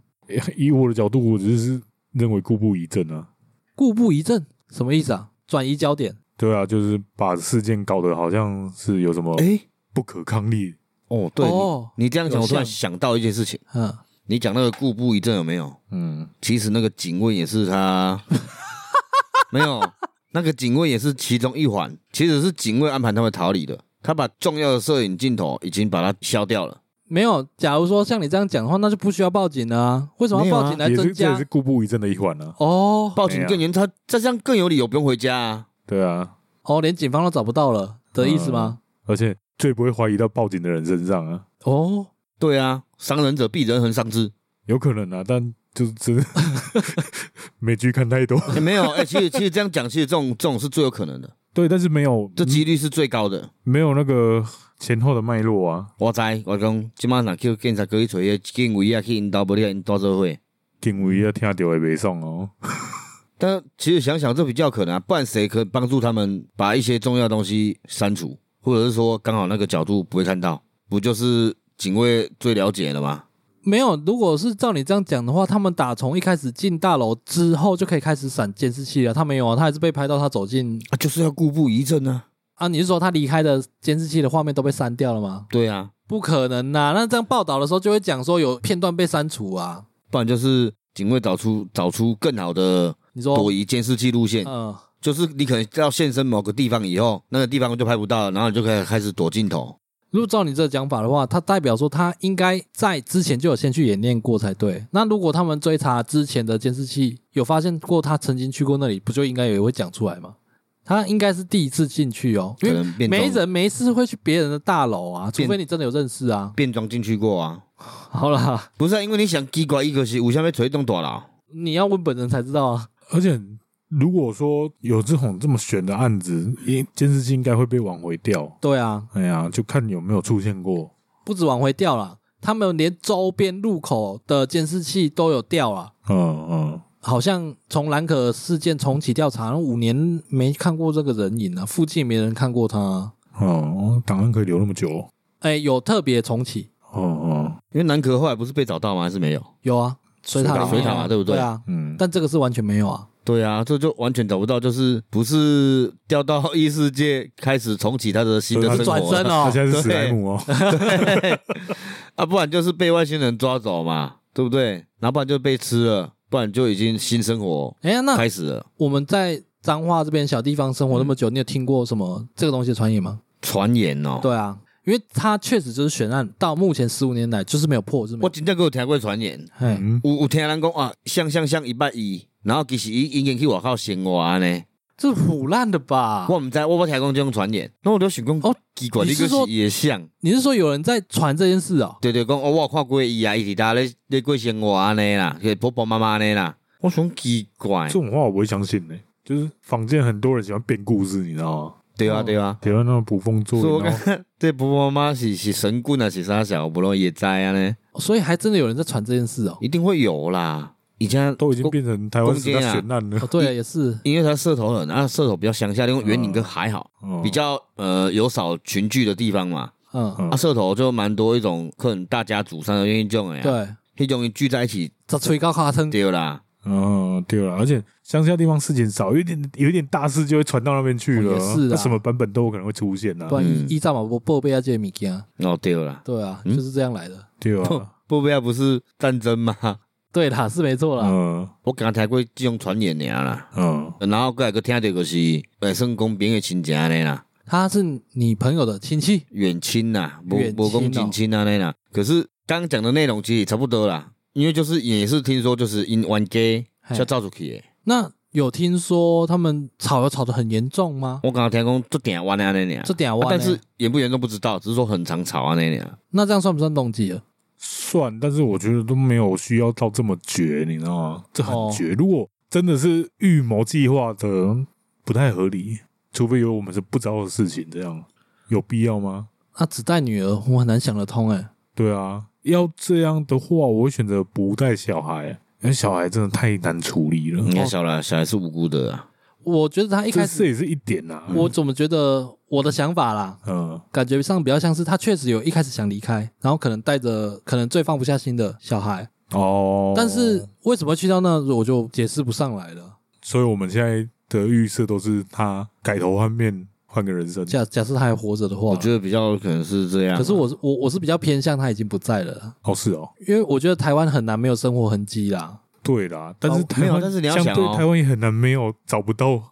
Speaker 2: 以我的角度，我只是认为故布疑阵啊。
Speaker 1: 故布疑阵什么意思啊？转移焦点
Speaker 2: 对啊，就是把事件搞得好像是有什么
Speaker 3: 哎、
Speaker 2: 不可抗力。
Speaker 3: 哦，对
Speaker 1: 哦
Speaker 3: 你，你这样讲，
Speaker 1: 有
Speaker 3: 我突然
Speaker 1: 像
Speaker 3: 想到一件事情，
Speaker 1: 嗯，
Speaker 3: 你讲那个固步一阵有没有？
Speaker 2: 嗯，
Speaker 3: 其实那个警卫也是他，没有，那个警卫也是其中一环，其实是警卫安排他们逃离的，他把重要的摄影镜头已经把它消掉了。
Speaker 1: 没有。假如说像你这样讲的话，那就不需要报警了、啊。为什么要报警来
Speaker 2: 也
Speaker 1: 增
Speaker 2: 是这
Speaker 1: 加？
Speaker 2: 也是故布疑阵的一环啊。
Speaker 1: 哦
Speaker 3: 报警更严，他再这样更有理由不用回家啊。
Speaker 2: 对啊，
Speaker 1: 哦，连警方都找不到了的意思吗？
Speaker 2: 而且最不会怀疑到报警的人身上啊，
Speaker 1: 哦，
Speaker 3: 对啊，伤人者必人恒伤 之。
Speaker 2: 有可能啊，但就是真 的美剧看太多。
Speaker 3: 欸没有，哎、其实其实这样讲，其实这种这种是最有可能的，
Speaker 2: 对，但是没有嗯
Speaker 3: 这几率是最高的。
Speaker 2: 没有那个前后的脉络啊，
Speaker 3: 我知，我讲即马若叫警察过去找迄警卫啊，去因兜无你因带做伙。
Speaker 2: 警卫要听到会袂爽哦。
Speaker 3: 但其实想想，这比较可能啊，不然谁可以帮助他们把一些重要的东西删除，或者是说刚好那个角度不会看到，不就是警卫最了解了吗？
Speaker 1: 没有，如果是照你这样讲的话，他们打从一开始进大楼之后就可以开始闪监视器了。他没有啊，他还是被拍到他走进
Speaker 3: 啊，就是要固步一阵啊。
Speaker 1: 啊。你是说他离开的监视器的画面都被删掉了吗？
Speaker 3: 对啊，
Speaker 1: 不可能呐、那这样报道的时候就会讲说有片段被删除啊。
Speaker 3: 不然就是警卫找出找出更好的
Speaker 1: 你说，
Speaker 3: 躲移监视器路线，
Speaker 1: 嗯、
Speaker 3: 就是你可能到现身某个地方以后，那个地方就拍不到了，然后你就可以开始躲镜头。
Speaker 1: 如果照你这个讲法的话，他代表说他应该在之前就有先去演练过才对。那如果他们追查之前的监视器，有发现过他曾经去过那里，不就应该也会讲出来吗？他应该是第一次进去哦，因
Speaker 3: 可
Speaker 1: 为
Speaker 3: 能变
Speaker 1: 没
Speaker 3: 装
Speaker 1: 人没事会去别人的大楼啊，除
Speaker 3: 变
Speaker 1: 非你真的有认识啊。
Speaker 3: 变装进去过啊？
Speaker 1: 好啦，
Speaker 3: 不是、啊，因为你想奇怪，一个是有啥要锤动大佬，
Speaker 1: 你要问本人才知道啊。
Speaker 2: 而且如果说有这种这么悬的案子，一监视器应该会被挽回掉。
Speaker 1: 对啊，
Speaker 2: 哎呀，就看有没有出现过。
Speaker 1: 不止往回调啦，他们连周边路口的监视器都有调啊。
Speaker 2: 嗯嗯，
Speaker 1: 好像从兰可事件重启调查，然后五年没看过这个人影啊，附近没人看过他、啊。
Speaker 2: 哦，档案可以留那么久。哦
Speaker 1: 哎，有特别重启，
Speaker 2: 哦，
Speaker 3: 因为南壳后来不是被找到吗？还是没有？
Speaker 1: 有啊，水塔里面啊
Speaker 3: 水塔嘛对不对
Speaker 1: 对啊，
Speaker 2: 嗯，
Speaker 1: 但这个是完全没有啊。
Speaker 3: 对啊，这就完全找不到，就是不是掉到异世界开始重启他的新的
Speaker 2: 对
Speaker 3: 生
Speaker 2: 他
Speaker 3: 活，
Speaker 1: 转身 哦
Speaker 2: 他，现在是史莱姆哦。
Speaker 3: 对啊，不然就是被外星人抓走嘛，对不对？然后不然就被吃了，不然就已经新生活
Speaker 1: 哎呀，那
Speaker 3: 开始了。
Speaker 1: 我们在彰化这边小地方生活那么久，你有听过什么这个东西的传言吗？
Speaker 3: 传言哦，
Speaker 1: 对啊，因为它确实就是悬案，到目前十五年来就是没有破，是没
Speaker 3: 我
Speaker 1: 有。
Speaker 3: 真正给我听过传言，
Speaker 1: 哎，
Speaker 2: 嗯，
Speaker 3: 有有听人讲啊，像像像一百一，然后其实伊已经去外口生活安尼，
Speaker 1: 这腐烂的吧？
Speaker 3: 我毋知，我我听讲这种传言，那我就想讲，
Speaker 1: 啊哦
Speaker 3: 哦，奇怪，
Speaker 1: 你
Speaker 3: 你
Speaker 1: 是
Speaker 3: 个
Speaker 1: 说
Speaker 3: 是也像。
Speaker 1: 你是说有人在传这件事哦？
Speaker 3: 对对，讲哦，我有看过伊啊，伊伫搭咧咧过生活安尼啦，就是婆婆妈妈安尼啦。我想奇怪
Speaker 2: 这，种话我不会相信呢、就是坊间很多人喜欢编故事，你知道吗？
Speaker 3: 对啊
Speaker 1: 嗯
Speaker 3: 对啊，
Speaker 2: 喜欢那种捕风
Speaker 3: 所以
Speaker 2: 捉
Speaker 3: 我
Speaker 2: 影，然后
Speaker 3: 看这婆婆妈妈是是神棍啊，是啥小，我不容易也知安尼，
Speaker 1: 所以还真的有人在传这件事 哦。
Speaker 3: 一定会有啦。以前
Speaker 2: 都已经
Speaker 3: 我，
Speaker 2: 变成台湾十大
Speaker 3: 攻坚啊
Speaker 2: 悬案
Speaker 1: 哦
Speaker 2: 了。，
Speaker 1: 对啊，也是。
Speaker 3: 因为他社头很，啊，社头比较乡下，因为园林跟还好，
Speaker 2: 哦
Speaker 3: 比较呃有少群聚的地方嘛。
Speaker 1: 嗯，
Speaker 2: 嗯
Speaker 3: 啊，社头就蛮多一种可能大家族上的那种 诶，，
Speaker 1: 对，啊
Speaker 3: 那种聚在一起
Speaker 1: 这吹高卡称。
Speaker 3: 对啦，
Speaker 2: 嗯，对了，而且乡下地方事情少，有一点有一点大事就会传到那边去
Speaker 1: 哦
Speaker 2: 了，
Speaker 1: 也是啊
Speaker 2: 那什么版本都有可能会出现呐、
Speaker 1: 不
Speaker 2: 啊。
Speaker 1: 然依
Speaker 3: 嗯
Speaker 1: 依照嘛，我报备啊，这些物件，
Speaker 3: 哦对啦，
Speaker 1: 对啊，
Speaker 3: 嗯
Speaker 1: 就是这样来的。
Speaker 2: 对
Speaker 3: 不
Speaker 2: 啊，
Speaker 3: 不不要不是战争吗？
Speaker 1: 对啦，是没错啦。
Speaker 2: 嗯
Speaker 3: 我刚听过这种传言尔啦，
Speaker 2: 嗯，
Speaker 3: 然后过来个听到就是，呃，算讲朋友亲戚安尼啦，
Speaker 1: 他是你朋友的亲戚，
Speaker 3: 远亲啦，无
Speaker 1: 远亲
Speaker 3: 无
Speaker 1: 哦
Speaker 3: 讲近亲安尼啦。可是刚刚讲的内容其实也差不多啦，因为就是也是听说就是因冤家
Speaker 1: 嘿
Speaker 3: 才走出去的。
Speaker 1: 那有听说他们吵有吵得很严重吗？
Speaker 3: 我刚刚听讲做点弯安尼尔，
Speaker 1: 这点
Speaker 3: 嗯啊
Speaker 1: 我
Speaker 3: 但是严不严重不知道，只是说很常吵安尼尔。
Speaker 1: 那这样算不算动机啊了？
Speaker 2: 算，但是我觉得都没有需要到这么绝，你知道吗？这
Speaker 1: 哦
Speaker 2: 很绝。如果真的是预谋计划的，不太合理，除非有我们是不知道的事情，这样有必要吗？
Speaker 1: 那只带啊女儿，我很难想得通哎。
Speaker 2: 对啊，要这样的话，我会选择不带小孩，因为小孩真的太难处理了。
Speaker 3: 你看
Speaker 1: 哦
Speaker 3: 小孩小孩是无辜的啊，
Speaker 1: 我觉得他一
Speaker 2: 这
Speaker 1: 开
Speaker 2: 这
Speaker 1: 始，
Speaker 2: 也是一点啊。
Speaker 3: 嗯
Speaker 1: 我怎么觉得我的想法啦，
Speaker 2: 嗯
Speaker 1: 感觉上比较像是他确实有一开始想离开，然后可能带着可能最放不下心的小孩，
Speaker 2: 哦，
Speaker 1: 但是为什么会去到那，我就解释不上来了。
Speaker 2: 所以我们现在的预设都是他改头换面，换个人生。
Speaker 1: 假假设他还活着的话
Speaker 3: 我
Speaker 1: 啦，
Speaker 3: 觉得比较可能是这样啊。
Speaker 1: 可是我是我我是比较偏向他已经不在了啦，
Speaker 2: 哦，是哦，
Speaker 1: 因为我觉得台湾很难没有生活痕迹啦。
Speaker 2: 对啦，但是
Speaker 3: 哦
Speaker 2: 台
Speaker 3: 没有
Speaker 2: 湾，
Speaker 3: 但是你要
Speaker 2: 相
Speaker 3: 想
Speaker 2: 对
Speaker 3: 哦
Speaker 2: 台湾也很难没有找不到。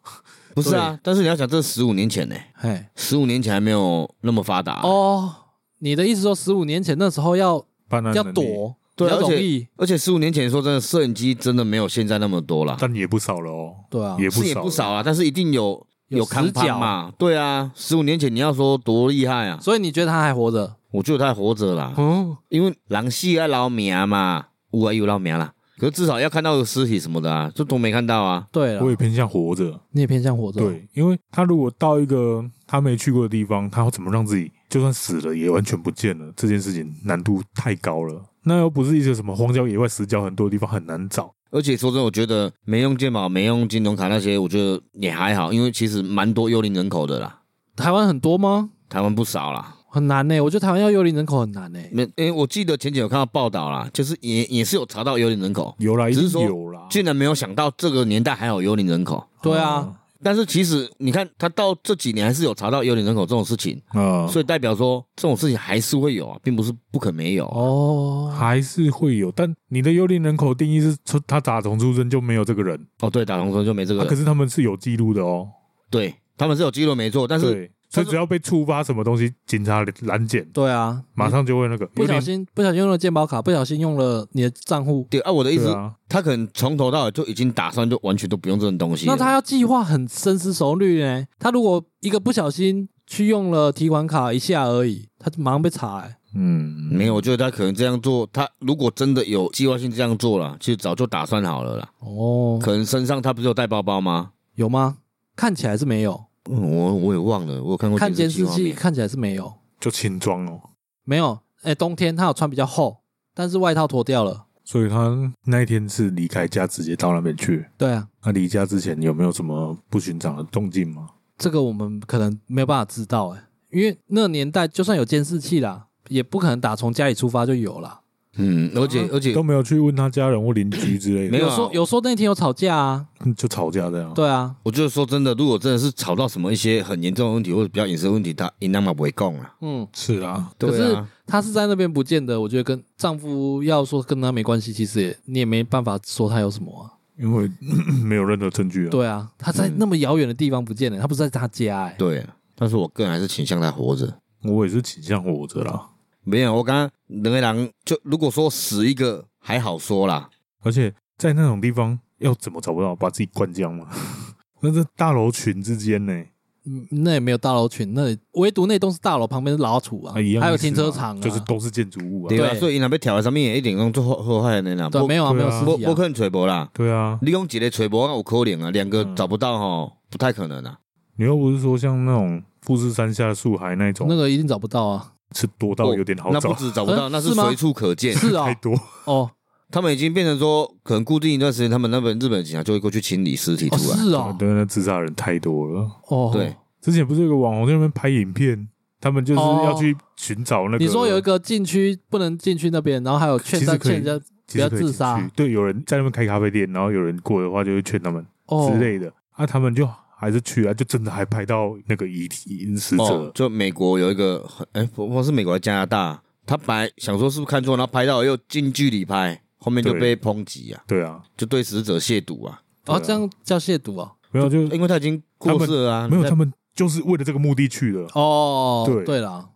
Speaker 3: 不是啊，但是你要想，这十五年前呢，
Speaker 1: 嘿，
Speaker 3: 十五年前还没有那么发达。啊
Speaker 1: 哦，你的意思说十五年前那时候要
Speaker 2: 办案
Speaker 1: 要
Speaker 2: 能力，
Speaker 1: 躲，比
Speaker 3: 对
Speaker 1: 较
Speaker 3: 而
Speaker 1: 容
Speaker 3: 且
Speaker 1: 易，
Speaker 3: 而且十五年前说真的，摄影机真的没有现在那么多啦。
Speaker 2: 但也不少了哦，
Speaker 1: 对啊，
Speaker 2: 也不
Speaker 3: 是也
Speaker 2: 少，
Speaker 3: 不少。啊，但是一定有
Speaker 1: 有
Speaker 3: 康
Speaker 1: 死角
Speaker 3: 攀嘛，对啊，十五年前你要说多厉害啊，
Speaker 1: 所以你觉得他还活着？
Speaker 3: 我觉得他还活着啦，
Speaker 1: 嗯，
Speaker 3: 因为狼系爱捞名嘛，乌啊有捞名啦，可是至少要看到有尸体什么的啊，这都没看到啊，
Speaker 1: 对
Speaker 2: 我也
Speaker 1: 了，
Speaker 2: 偏向活着。
Speaker 1: 你也偏向活着，，
Speaker 2: 对，因为他如果到一个他没去过的地方，他要怎么让自己就算死了也完全不见了？这件事情难度太高了。那又不是一些什么荒郊野外、死角很多的地方很难找。
Speaker 3: 而且说真的，我觉得没用健保、没用金融卡那些，我觉得也还好，因为其实蛮多幽灵人口的啦，
Speaker 1: 台湾很多吗？
Speaker 3: 台湾不少啦，
Speaker 1: 很难呢、我觉得台湾要幽灵人口很难呢、
Speaker 3: 没，因为我记得前几天有看到报道啦，就是也也是有查到幽灵人口，
Speaker 2: 有啦，一
Speaker 3: 只是
Speaker 2: 定
Speaker 3: 说
Speaker 2: 有啦。
Speaker 3: 竟然没有想到这个年代还有幽灵人口。
Speaker 1: 对啊，
Speaker 3: 但是其实你看，他到这几年还是有查到幽灵人口这种事情，
Speaker 2: 啊，
Speaker 3: 所以代表说这种事情还是会有啊，并不是不可没有。
Speaker 1: 哦，
Speaker 2: 还是会有。但你的幽灵人口定义是说他打从出生就没有这个人，
Speaker 3: 哦，对，打龙村就没这个
Speaker 2: 啊，
Speaker 3: 人，
Speaker 2: 可是他们是有记录的哦。
Speaker 3: 对他们是有记录没错，但是
Speaker 2: 对，所
Speaker 3: 但
Speaker 2: 以
Speaker 3: 是
Speaker 2: 只要被触发什么东西，警察拦检，
Speaker 1: 对啊，
Speaker 2: 马上就会那个
Speaker 1: 不
Speaker 2: 幽
Speaker 1: 小
Speaker 2: 灵。
Speaker 1: 心不小心用了健保卡，不小心用了你的账户，
Speaker 3: 对啊，我的意
Speaker 2: 对
Speaker 3: 思，
Speaker 2: 啊，
Speaker 3: 他可能从头到尾就已经打算就完全都不用这种东西了。
Speaker 1: 那他要计划很深思熟虑呢、他如果一个不小心去用了提款卡一下而已，他就马上被查、欸。
Speaker 2: 嗯，
Speaker 3: 没有，我觉得他可能这样做，他如果真的有计划性这样做了，其实早就打算好了啦。
Speaker 1: 哦，
Speaker 3: 可能身上他不是有带包包吗？
Speaker 1: 有吗？看起来是没有，
Speaker 3: 嗯，我我也忘了，我有看过
Speaker 1: 看监
Speaker 3: 计
Speaker 1: 视
Speaker 3: 划
Speaker 1: 器
Speaker 3: 片
Speaker 1: 看起来是没有，
Speaker 2: 就轻装哦。
Speaker 1: 没有。哎、冬天他有穿比较厚，但是外套脱掉了。
Speaker 2: 所以他那一天是离开家直接到那边去。
Speaker 1: 对啊，
Speaker 2: 那离家之前有没有什么不寻常的动静吗？
Speaker 1: 这个我们可能没有办法知道哎、因为那个年代就算有监视器啦，也不可能打从家里出发就有啦。
Speaker 3: 嗯，
Speaker 1: 啊
Speaker 3: 而且而且
Speaker 2: 都没有去问他家人或邻居之类的，
Speaker 3: 没有啊嗯
Speaker 1: 说有说那天有吵架啊，
Speaker 2: 嗯就吵架这样。
Speaker 1: 对啊，
Speaker 3: 我就是说真的，如果真的是吵到什么一些很严重的问题或者比较隐私的问题，他应当嘛不会供啊。
Speaker 1: 嗯，
Speaker 2: 是啊，
Speaker 1: 可
Speaker 3: 对啊
Speaker 1: 是，她是在那边不见得，我觉得跟丈夫要说跟她没关系，其实也你也没办法说她有什么啊。
Speaker 2: 因为 没有任何证据啊。
Speaker 1: 对啊，她在
Speaker 3: 嗯
Speaker 1: 那么遥远的地方不见了，她不是在她家哎、
Speaker 3: 对啊，但是我个人还是倾向他活着。
Speaker 2: 我也是倾向活着啦。
Speaker 3: 没有，我刚刚人个人就如果说死一个还好说啦，
Speaker 2: 而且在那种地方要怎么找不到？把自己灌浆吗？ 那这大楼群之间呢、
Speaker 1: 嗯，那也没有大楼群，那里唯独那栋是大楼，旁边是老厝啊，
Speaker 2: 啊，一样
Speaker 1: 还有
Speaker 2: 意思嘛
Speaker 1: 停车场啊，
Speaker 2: 就是都是建筑物啊
Speaker 1: 对。
Speaker 3: 对啊，所以因若要跳的上面一定讲做后后害的啦，
Speaker 1: 对，没有啊，没
Speaker 2: 对
Speaker 1: 有
Speaker 2: 啊
Speaker 1: 尸
Speaker 3: 不
Speaker 1: 体啊
Speaker 3: 不，可能找无啦。
Speaker 2: 对啊，
Speaker 3: 你讲一个找无有可能啊，两个
Speaker 2: 嗯
Speaker 3: 找不到吼，不太可能啊。
Speaker 2: 你又不是说像那种富士山下的树海那种，
Speaker 1: 那个一定找不到啊，
Speaker 2: 是多到有点好
Speaker 3: 那
Speaker 2: 找
Speaker 3: 不，止找 不到，
Speaker 1: 嗯
Speaker 3: 那是
Speaker 1: 是吗
Speaker 3: 随处可见。
Speaker 1: 是
Speaker 2: 太
Speaker 1: 哦，
Speaker 2: 多。
Speaker 1: 哦，
Speaker 3: 他们已经变成说，可能固定一段时间，他们那边日本警察就会过去清理尸体
Speaker 1: 哦
Speaker 3: 出来。
Speaker 1: 是
Speaker 2: 啊
Speaker 1: 哦，
Speaker 2: 对，那自杀人太多了。
Speaker 1: 哦，
Speaker 3: 对，
Speaker 2: 之前不是有个网红在那边拍影片，他们就是
Speaker 1: 哦
Speaker 2: 要去寻找那个。
Speaker 1: 你说有一个禁区不能进去那边，然后还有劝
Speaker 2: 其实
Speaker 1: 他
Speaker 2: 可以
Speaker 1: 劝人家
Speaker 2: 其实
Speaker 1: 不要
Speaker 2: 可以
Speaker 1: 自
Speaker 2: 进
Speaker 1: 杀
Speaker 2: 去对，有人在那边开咖啡店，然后有人过的话就会劝他们
Speaker 1: 哦
Speaker 2: 之类的，啊，他们就还是去啊，就真的还拍到那个遗体死
Speaker 3: 哦
Speaker 2: 者，，
Speaker 3: 就美国有一个很，哎、不，不是美国，还是加拿大，他本来想说是不是看错，然后拍到又近距离拍，后面就被
Speaker 2: 对
Speaker 3: 抨击啊，
Speaker 2: 对啊，
Speaker 3: 就对死者亵渎啊，
Speaker 1: 哦，
Speaker 2: 对啊
Speaker 1: 这样叫亵渎哦，
Speaker 2: 没有就
Speaker 3: 因为他已经过世了啊，
Speaker 2: 没有，
Speaker 3: 你在
Speaker 2: 他们就是为了这个目的去的。
Speaker 1: 哦，
Speaker 2: 对
Speaker 1: 对了，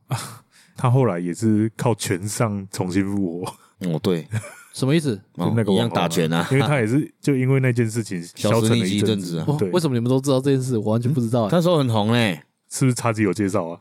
Speaker 2: 他后来也是靠拳上重新复活，
Speaker 3: 哦对，
Speaker 1: 什么意思？
Speaker 3: 哦
Speaker 2: 就那个
Speaker 3: 一
Speaker 2: 网
Speaker 3: 样
Speaker 2: 红
Speaker 3: 打拳啊，
Speaker 2: 因为他也是就因为那件事情消
Speaker 3: 消失
Speaker 2: 沉
Speaker 3: 匿
Speaker 2: 了
Speaker 3: 迹一
Speaker 2: 阵
Speaker 3: 阵子啊，
Speaker 1: 哇
Speaker 2: 对
Speaker 1: 为什么你们都知道这件事？我完全不知道欸。
Speaker 3: 他那时候很红嘞、
Speaker 2: 是不是叉子有介绍啊？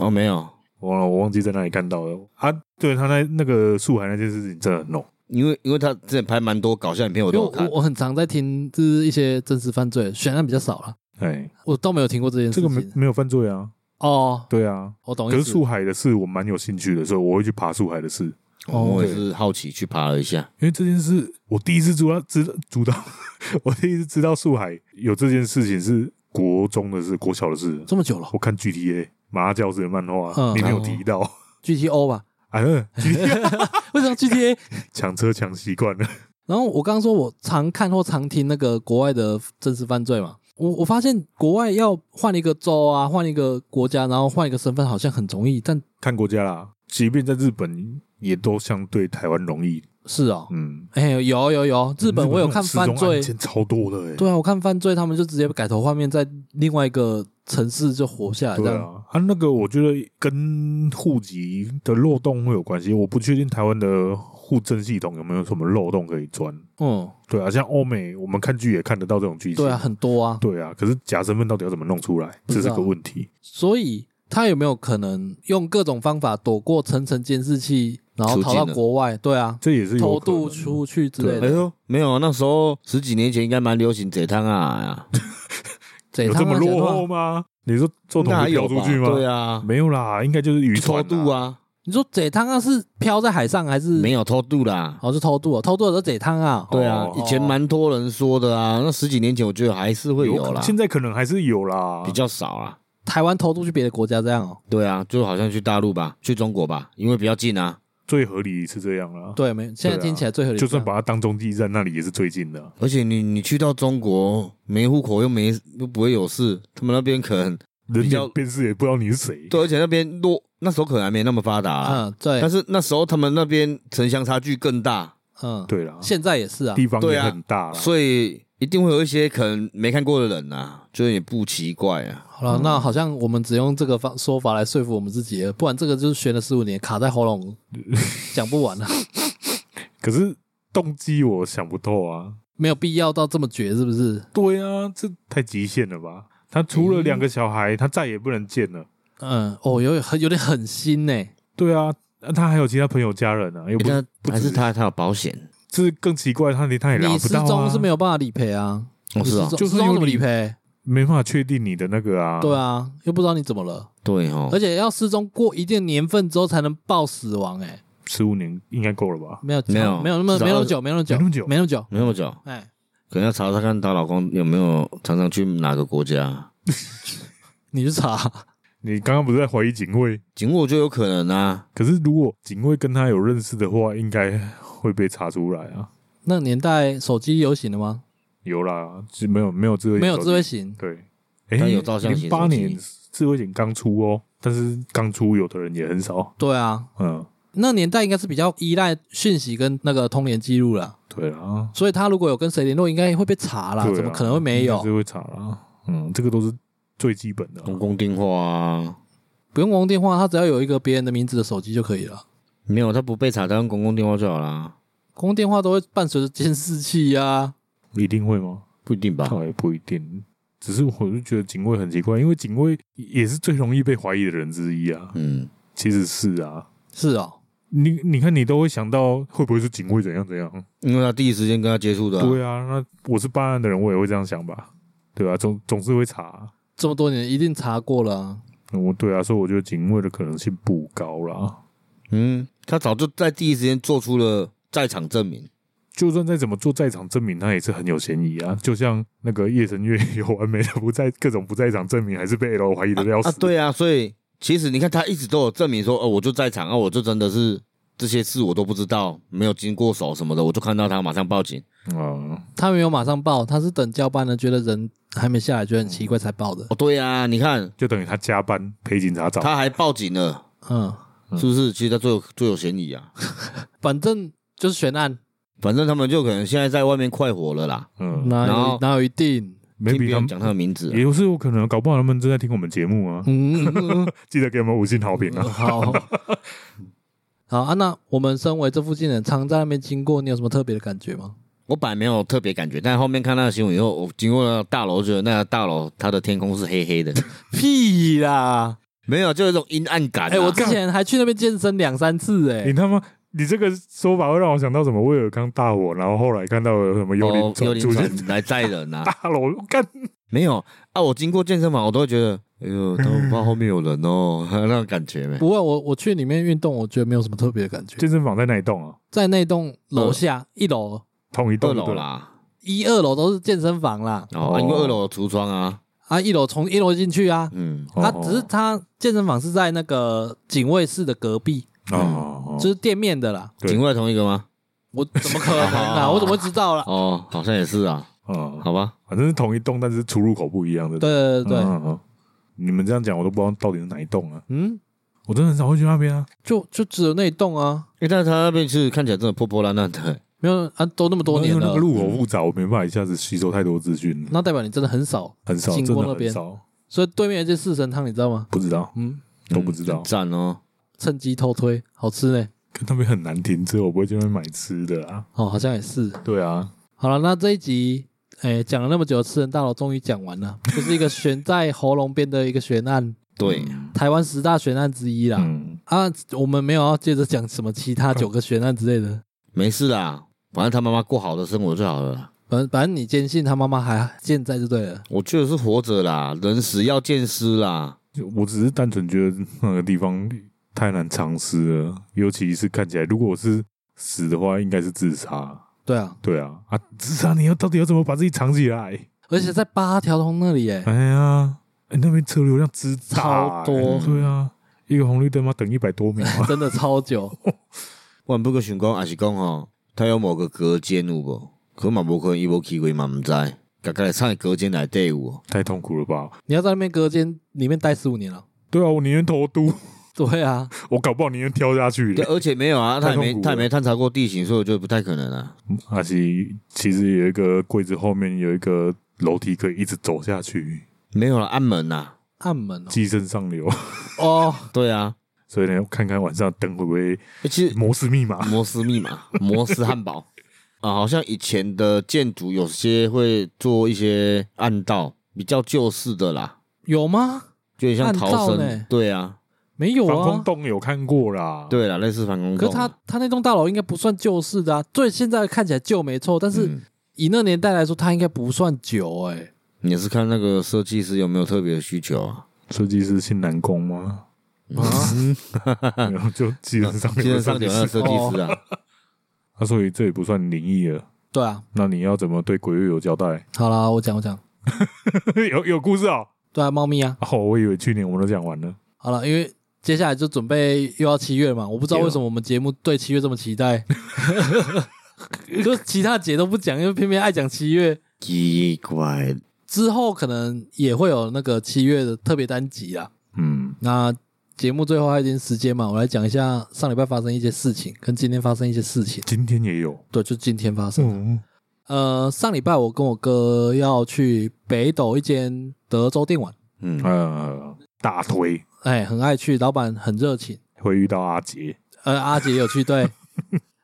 Speaker 3: 哦没有，
Speaker 2: 我忘了，我忘记在哪里看到了啊。对他那那个树海那件事情真的很弄，
Speaker 3: 因为因为他之前拍蛮多搞笑影片，我
Speaker 1: 因为
Speaker 3: 都
Speaker 1: 我
Speaker 3: 有看
Speaker 1: 我，我很常在听，就是一些真实犯罪，悬案比较少了，
Speaker 2: 哎，
Speaker 1: 我都没有听过这件事
Speaker 2: 这个没
Speaker 1: 情。
Speaker 2: 没有犯罪啊，
Speaker 1: 哦，
Speaker 2: 对啊。
Speaker 1: 我懂
Speaker 2: 可
Speaker 1: 意
Speaker 2: 是
Speaker 1: 思。
Speaker 2: 树海的事我蛮有兴趣的，所以我会去爬树海的事，
Speaker 1: 哦
Speaker 3: 我也是好奇去爬了一下，
Speaker 2: 因为这件事我第一次知道知知道， 我第一次知道树海有这件事情是国中的事，国小的事。
Speaker 1: 这么久了
Speaker 2: 我看 GTA 马教师的漫画、
Speaker 1: 嗯
Speaker 2: 里面有提到，
Speaker 1: ，GTO 吧？
Speaker 2: 哎嗯，GTA
Speaker 1: 为什么 GTA？
Speaker 2: 抢车抢习惯了，
Speaker 1: 然后我刚刚说我常看或常听那个国外的真实犯罪嘛，我我发现国外要换一个州啊，换一个国家，然后换一个身份好像很容易，但
Speaker 2: 看国家啦。即便在日本，也都相对台湾容易。
Speaker 1: 是哦，
Speaker 2: 嗯，
Speaker 1: 哎、有有有，日本我有看
Speaker 2: 那
Speaker 1: 犯
Speaker 2: 种失踪
Speaker 1: 罪
Speaker 2: 案，件超多的、欸，
Speaker 1: 对啊，我看犯罪他们就直接改头换面，在另外一个城市就活下来这
Speaker 2: 对
Speaker 1: 样。
Speaker 2: 啊，啊，那个我觉得跟户籍的漏洞会有关系。我不确定台湾的户政系统有没有什么漏洞可以钻。
Speaker 1: 嗯，
Speaker 2: 对啊，像欧美，我们看剧也看得到这种剧情。
Speaker 1: 对啊，很啊多啊。
Speaker 2: 对啊，可是假身份到底要怎么弄出来，
Speaker 1: 不知
Speaker 2: 这
Speaker 1: 道
Speaker 2: 是个问题。
Speaker 1: 所以他有没有可能用各种方法躲过层层监视器，然后逃到
Speaker 3: 出境了
Speaker 1: 国外？对啊，
Speaker 2: 这也是有
Speaker 1: 偷
Speaker 2: 可能
Speaker 1: 渡出去之类的。
Speaker 3: 哎呦没有，那时候十几年前应该蛮流行贼汤啊，
Speaker 1: 贼啊
Speaker 2: 有
Speaker 1: 他
Speaker 2: 这么
Speaker 1: 们
Speaker 2: 落后吗？你说做
Speaker 3: 那
Speaker 2: 桶
Speaker 3: 还
Speaker 2: 子
Speaker 3: 有
Speaker 2: 飘
Speaker 3: 吧
Speaker 2: 出去吗？
Speaker 3: 对啊，
Speaker 2: 没有啦，应该就是渔船、
Speaker 3: 偷渡
Speaker 2: 啊。
Speaker 3: 啊，
Speaker 1: 你说贼汤啊是漂在海上还是？
Speaker 3: 没有偷渡啦。
Speaker 1: 哦，是偷渡啊，偷渡的是贼汤啊。
Speaker 3: 对啊
Speaker 2: 哦，
Speaker 3: 以前蛮多人说的啊，那十几年前我觉得还是会有啦，
Speaker 2: 现在可能还是有啦，
Speaker 3: 比较少啦。
Speaker 1: 台湾偷渡去别的国家这样哦、
Speaker 3: 对啊，就好像去大陆吧，去中国吧，因为比较近啊，
Speaker 2: 最合理是这样啦。
Speaker 1: 对，没，现在
Speaker 2: 对啊
Speaker 1: 听起来最合理这
Speaker 2: 就
Speaker 1: 样。
Speaker 2: 算把它当中继站，那里也是最近的啊、
Speaker 3: 而且你你去到中国没户口又没又不会有事，他们那边可能
Speaker 2: 人
Speaker 3: 比较
Speaker 2: 脸辨识也不知道你是谁。
Speaker 3: 对，而且那边落那时候可能还没那么发达、
Speaker 2: 啊
Speaker 1: 嗯，对
Speaker 3: 但，是那时候他们那边城乡差距更大，
Speaker 1: 嗯，
Speaker 2: 对啦，
Speaker 1: 现在也是啊，
Speaker 2: 地方
Speaker 3: 对
Speaker 2: 也
Speaker 3: 啊
Speaker 2: 很大啦。
Speaker 3: 所以一定会有一些可能没看过的人啊，就也不奇怪啊。
Speaker 1: 好
Speaker 2: 嗯
Speaker 1: 了，那好像我们只用这个方说法来说服我们自己了，不然这个就是悬了十五年，卡在喉咙，讲不 完了，啊
Speaker 2: 可是动机我想不透啊。
Speaker 1: 没有必要到这么绝，是不是？
Speaker 2: 对啊，这太极限了吧？他除了两个小孩，他再也不能见了。
Speaker 1: 嗯，哦，有点很有点狠心呢、
Speaker 2: 对啊，那他还有其他朋友、家人啊，又不
Speaker 3: 那
Speaker 2: 不
Speaker 3: 哎还
Speaker 2: 止
Speaker 3: 是他他有保险
Speaker 2: 这更奇怪，他连他也拿
Speaker 1: 你
Speaker 2: 不
Speaker 1: 失
Speaker 2: 到啊
Speaker 1: 踪是没有办法理赔啊，
Speaker 3: 哦，
Speaker 1: 你
Speaker 3: 是啊
Speaker 1: 失，踪
Speaker 2: 就是
Speaker 1: 失踪
Speaker 2: 有
Speaker 1: 怎么
Speaker 2: 理
Speaker 1: 理赔？
Speaker 2: 没办法确定你的那个啊。
Speaker 1: 对，啊，又不知道你怎么了，
Speaker 3: 对哦
Speaker 1: 而，且要失踪过一定年份之后才能报死亡、欸，哎，
Speaker 2: 十五年应该够了吧？
Speaker 1: 没有
Speaker 3: 没有
Speaker 1: 没有那么
Speaker 3: 至少
Speaker 1: 没那么久，没那么久，
Speaker 2: 啊没
Speaker 1: 没
Speaker 2: 那么久
Speaker 1: 那么久，
Speaker 3: 没那么久，
Speaker 1: 哎、
Speaker 3: 可能要查查看她老公有没有常常去哪个国家。
Speaker 1: 你去查，
Speaker 2: 你刚刚不是在怀疑警卫？
Speaker 3: 警卫就有可能啊，
Speaker 2: 可是如果警卫跟他有认识的话，应该会被查出来啊。
Speaker 1: 那年代手机有型了吗？
Speaker 2: 有啦，是没有没有智慧，
Speaker 1: 没有智慧。型，
Speaker 2: 对，
Speaker 3: 但有照相
Speaker 2: 零
Speaker 3: 型
Speaker 2: 八
Speaker 3: 手机
Speaker 2: 年智慧险刚出哦，但是刚出有的人也很少。
Speaker 1: 对啊，
Speaker 2: 嗯，
Speaker 1: 那年代应该是比较依赖讯息跟那个通联记录了，
Speaker 2: 对啦，
Speaker 1: 所以他如果有跟谁联络，应该会被查啦，
Speaker 2: 对啊
Speaker 1: 怎么可能会没
Speaker 2: 应该
Speaker 1: 有
Speaker 2: 是？会查啦。嗯，这个都是最基本的啊、
Speaker 3: 公共电话啊，
Speaker 1: 不用公共电话，他只要有一个别人的名字的手机就可以了。
Speaker 3: 没有他不被查，他用公共电话就好啦，
Speaker 1: 公共电话都会伴随着监视器呀、啊，
Speaker 2: 一定会吗？
Speaker 3: 不一定吧？
Speaker 2: 倒也不一定。只是我就觉得警卫很奇怪，因为警卫也是最容易被怀疑的人之一啊。
Speaker 3: 嗯，
Speaker 2: 其实是啊，
Speaker 1: 是哦，
Speaker 2: 你你看，你都会想到会不会是警卫怎样怎样？
Speaker 3: 因为他第一时间跟他接触的、
Speaker 2: 对啊，那我是办案的人，我也会这样想吧？对啊，总总是会查啊、
Speaker 1: 这么多年一定查过了啊、
Speaker 2: 嗯我对啊，所以我觉得警卫的可能性不高啦。
Speaker 3: 嗯，他早就在第一时间做出了在场证明。
Speaker 2: 就算再怎么做在场证明，他也是很有嫌疑啊。就像那个叶神月有完美的不在各种不在场证明，还是被 L 怀疑的要死。
Speaker 3: 啊，对啊，所以其实你看，他一直都有证明说，哦，我就在场，啊，我就真的是这些事我都不知道，没有经过手什么的，我就看到他马上报警。
Speaker 2: 嗯，
Speaker 1: 他没有马上报，他是等交班的，觉得人还没下来，觉得很奇怪才报的。
Speaker 3: 哦，对啊，你看
Speaker 2: 就等于他加班陪警察找。
Speaker 3: 他还报警了，
Speaker 1: 嗯，
Speaker 3: 是不是？其实他最有最有嫌疑啊。
Speaker 1: 反正就是悬案，
Speaker 3: 反正他们就可能现在在外面快活了啦，
Speaker 2: 嗯，
Speaker 1: 哪
Speaker 3: 然
Speaker 1: 有
Speaker 3: 后
Speaker 1: 哪有一定？
Speaker 3: 听别
Speaker 2: maybe 他
Speaker 3: 人
Speaker 2: 们
Speaker 3: 讲他的名字啊、
Speaker 2: 也有是有可能，搞不好他们正在听我们节目啊。
Speaker 1: 嗯，嗯
Speaker 2: 记得给我们五星好评
Speaker 1: 嗯
Speaker 2: 啊！
Speaker 1: 好。 好啊，那我们身为这附近人，常在那边经过，你有什么特别的感觉吗？
Speaker 3: 我本来没有特别感觉，但后面看那个新闻以后，我经过那个大楼，觉得那个大楼它的天空是黑黑的，
Speaker 1: 屁啦！
Speaker 3: 没有，就有一种阴暗感、啊。
Speaker 1: 哎、我之前还去那边健身两三次、
Speaker 2: 你
Speaker 3: 嗯
Speaker 1: 哎，
Speaker 2: 他妈，你这个说法会让我想到什么？威尔刚大火，然后后来看到了什么幽灵
Speaker 3: 哦，幽
Speaker 2: 船
Speaker 3: 灵
Speaker 2: 出现
Speaker 3: 船来载人啊，
Speaker 2: 大楼，干
Speaker 3: 没有啊，我经过健身房，我都会觉得，哎
Speaker 2: 嗯
Speaker 3: 呦，他们怕后面有人哦， 那种感觉没。
Speaker 1: 不会，我我去里面运动，我觉得没有什么特别的感觉。
Speaker 2: 健身房在哪一栋啊？
Speaker 1: 在那栋楼下、一楼、
Speaker 2: 同一
Speaker 3: 二
Speaker 2: 栋
Speaker 3: 楼
Speaker 2: 对吧，
Speaker 3: 啦，
Speaker 1: 一二楼都是健身房啦，
Speaker 3: 哦，
Speaker 2: 哦
Speaker 3: 因为二楼有橱窗啊，
Speaker 1: 啊，一楼从一楼进去啊，
Speaker 3: 嗯，
Speaker 1: 它
Speaker 2: 哦
Speaker 1: 只是它健身房是在那个警卫室的隔壁，
Speaker 2: 哦哦，
Speaker 1: 就是店面的啦。
Speaker 2: 对
Speaker 3: 警卫同一个吗？
Speaker 1: 我怎么可能啊？
Speaker 3: 哦
Speaker 1: 我怎么会知道啦？
Speaker 3: 哦，好像也是啊，
Speaker 2: 哦
Speaker 3: 好吧，
Speaker 2: 反正是同一栋，但是出入口不一样的。
Speaker 1: 对对对对，
Speaker 2: 嗯嗯嗯你们这样讲，我都不知道到底是哪一栋啊！
Speaker 1: 嗯，
Speaker 2: 我真的很少会去那边啊。
Speaker 1: 就就只有那一栋啊，
Speaker 3: 因为但是他那边是看起来真的破破烂烂的，
Speaker 1: 没有啊，都那么多年
Speaker 2: 因为那
Speaker 1: 了
Speaker 2: 个，路口复杂，我没办法一下子吸收太多资讯，
Speaker 1: 那代表你真的很少。
Speaker 2: 很少，
Speaker 1: 经
Speaker 2: 真
Speaker 1: 过
Speaker 2: 的
Speaker 1: 那边
Speaker 2: 很少，
Speaker 1: 所以对面有一间四神汤，你知道吗？
Speaker 2: 不知道
Speaker 1: 嗯，
Speaker 2: 都不知道
Speaker 3: 嗯。赞哦，
Speaker 1: 趁机偷推，好吃呢。
Speaker 2: 可那边很难停车，我不会去那边买吃的啊。
Speaker 1: 哦，好像也是。
Speaker 2: 对啊，
Speaker 1: 好了，那这一集，诶，讲了那么久的吃人大楼终于讲完了，就是一个悬在喉咙边的一个悬案，
Speaker 3: 对，
Speaker 1: 台湾十大悬案之一啦。
Speaker 2: 嗯，
Speaker 1: 啊，我们没有要接着讲什么其他九个悬案之类的，
Speaker 3: 没事啦，反正他妈妈过好的生活就好了啦。
Speaker 1: 反正反正你坚信他妈妈还健在就对了。
Speaker 3: 我觉得是活着啦，人死要见尸啦，
Speaker 2: 就我只是单纯觉得那个地方太难藏尸了，尤其是看起来，如果我是死的话，应该是自杀。
Speaker 1: 对啊，
Speaker 2: 对啊，啊，自杀你要到底要怎么把自己藏起来？
Speaker 1: 而且在八条通那里耶，
Speaker 2: 哎呀，哎、欸那边车流量之大
Speaker 1: 超多，
Speaker 2: 欸对啊，一个红绿灯嘛，等一百多秒啊
Speaker 1: 真的超久。
Speaker 3: 我不过想讲，也是讲吼，他有某个隔间有无？可嘛无可能伊无去过嘛，毋知。家家来唱的隔间内底有无？
Speaker 2: 太痛苦了吧？
Speaker 1: 你要在那边隔间里面待十五年了，
Speaker 2: 对啊，我宁愿投毒，
Speaker 1: 对啊，
Speaker 2: 我搞不好宁愿跳下去
Speaker 3: 对，
Speaker 2: 嘞。
Speaker 3: 而且没有啊，他
Speaker 2: 太
Speaker 3: 也
Speaker 2: 痛苦
Speaker 3: 没
Speaker 2: 了
Speaker 3: 他也没探查过地形，所以我觉得不太可能啊。
Speaker 2: 阿西其实有一个柜子后面有一个楼梯可以一直走下去，
Speaker 3: 没有了，暗门呐、
Speaker 1: 暗门哦
Speaker 2: 寄生上流。
Speaker 1: 哦，
Speaker 3: 对啊，
Speaker 2: 所以呢，看看晚上灯会不会
Speaker 3: 欸 其实
Speaker 2: 摩斯密码？
Speaker 3: 摩斯密码、摩斯汉堡啊，好像以前的建筑有些会做一些暗道，比较旧式的啦，
Speaker 1: 有吗？
Speaker 3: 就很像
Speaker 1: 暗道
Speaker 3: 逃生。
Speaker 1: 呢
Speaker 3: 对啊，
Speaker 1: 没有
Speaker 2: 防
Speaker 1: 啊
Speaker 2: 空。洞有看过啦，，
Speaker 3: 对啦，类似防空
Speaker 1: 可
Speaker 3: 洞。
Speaker 1: 是他他那栋大楼应该不算旧式的啊，对，现在看起来旧没错，但是
Speaker 3: 嗯
Speaker 1: 以那年代来说，它应该不算久哎、
Speaker 3: 也是看那个设计师有没有特别的需求啊。
Speaker 2: 设计师姓南宫吗？然后就寄生上流，
Speaker 3: 现在上流那个设计师啊，
Speaker 1: 哦
Speaker 2: 啊，所以这也不算灵异了。
Speaker 1: 对啊，
Speaker 2: 那你要怎么对鬼月有交代？
Speaker 1: 好啦，我讲我讲，
Speaker 2: 有有故事哦。
Speaker 1: 对啊，猫咪啊，
Speaker 2: 哦，我以为去年我们都讲完了。
Speaker 1: 好了，因为接下来就准备又要七月嘛，我不知道为什么我们节目对七月这么期待， 就其他节都不讲，因为偏偏爱讲七月。
Speaker 3: 奇怪，
Speaker 1: 之后可能也会有那个七月的特别单集啊。
Speaker 2: 嗯，
Speaker 1: 那节目最后还有一点时间嘛，我来讲一下上礼拜发生一些事情，跟今天发生一些事情。
Speaker 2: 今天也有。
Speaker 1: 对，就今天发生的。
Speaker 2: 嗯，
Speaker 1: 呃，上礼拜我跟我哥要去北斗一间德州电玩，
Speaker 3: 嗯，
Speaker 2: 呃，大推
Speaker 1: 哎，很爱去，老板很热情。
Speaker 2: 会遇到阿杰，
Speaker 1: 呃，阿杰也有去，对。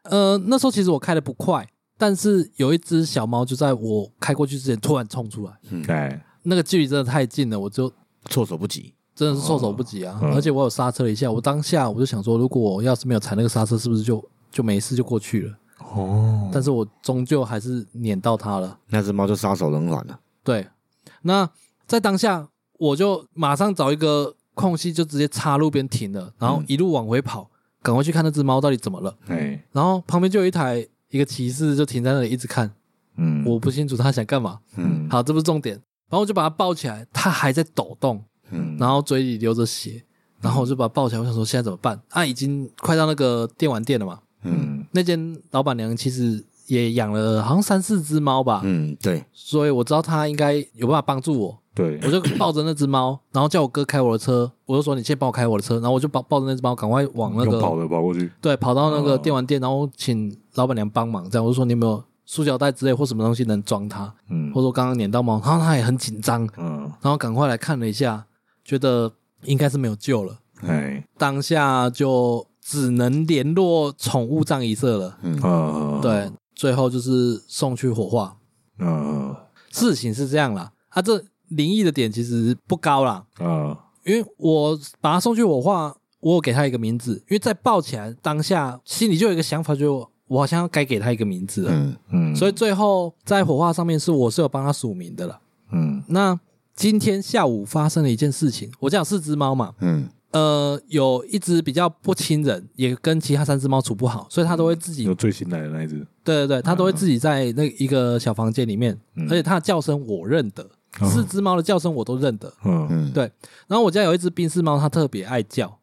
Speaker 1: 呃，那时候其实我开的不快，但是有一只小猫就在我开过去之前突然冲出来，
Speaker 3: 嗯
Speaker 2: 哎，
Speaker 1: 那个距离真的太近了，我就
Speaker 3: 措手不及。
Speaker 1: 真的是措手不及啊！
Speaker 2: 嗯
Speaker 1: 而且我有刹车了一下，我当下我就想说，如果我要是没有踩那个刹车，是不是就就没事就过去了？
Speaker 2: 哦，
Speaker 1: 但是我终究还是碾到它了。
Speaker 3: 那只猫就撒手啊人寰了。
Speaker 1: 对，那在当下我就马上找一个空隙，就直接插路边停了，然后一路往回跑，赶快去看那只猫到底怎么了。
Speaker 2: 哎，
Speaker 1: 然后旁边就有一台一个骑士就停在那里一直看，
Speaker 2: 嗯，
Speaker 1: 我不清楚他想干嘛。
Speaker 2: 嗯，
Speaker 1: 好，这不是重点。然后我就把它抱起来，它还在抖动，
Speaker 2: 嗯，
Speaker 1: 然后嘴里流着血，然后我就把它抱起来，我想说现在怎么办？啊，已经快到那个电玩店了嘛。
Speaker 2: 嗯，
Speaker 1: 那间老板娘其实也养了好像三四只猫吧，
Speaker 3: 嗯，对，
Speaker 1: 所以我知道她应该有办法帮助我。
Speaker 2: 对，
Speaker 1: 我就抱着那只猫，然后叫我哥开我的车，我就说你先帮我开我的车，然后我就抱抱着那只猫赶快往那
Speaker 2: 用跑
Speaker 1: 个
Speaker 2: 的跑过去，
Speaker 1: 对跑到那个电玩店，然后请老板娘帮忙，这样我就说你有没有塑胶袋之类或什么东西能装它，
Speaker 2: 嗯
Speaker 1: 或者，说刚刚撵到猫，然后她也很紧张，
Speaker 2: 嗯，
Speaker 1: 然后赶快来看了一下，觉得应该是没有救了。
Speaker 2: 哎，
Speaker 1: 当下就只能联络宠物葬仪社了。
Speaker 3: 嗯，
Speaker 2: 呃，，
Speaker 1: 对，最后就是送去火化。
Speaker 2: 呃，
Speaker 1: 事情是这样啦，啊，这灵异的点其实不高啦，
Speaker 2: 呃，
Speaker 1: 因为我把它送去火化，我有给它一个名字，因为在抱起来当下，心里就有一个想法，就我好像该给它一个名字了。
Speaker 3: 嗯，
Speaker 2: 嗯，
Speaker 1: 所以，最后在火化上面是我是有帮它署名的了。
Speaker 2: 嗯，
Speaker 1: 那今天下午发生了一件事情，我讲四只猫嘛，
Speaker 3: 嗯，
Speaker 1: 呃，有一只比较不亲人，也跟其他三只猫处不好，所以它都会自己，
Speaker 2: 有最新来的那一只，
Speaker 1: 对对对，它都会自己在那一个小房间里面，
Speaker 2: 嗯
Speaker 1: 而且它的叫声我认得，
Speaker 2: 哦
Speaker 1: 四只猫的叫声我都认得。
Speaker 2: 嗯，
Speaker 3: 嗯，
Speaker 1: 对然后我家有一只宾士猫，它特别爱叫，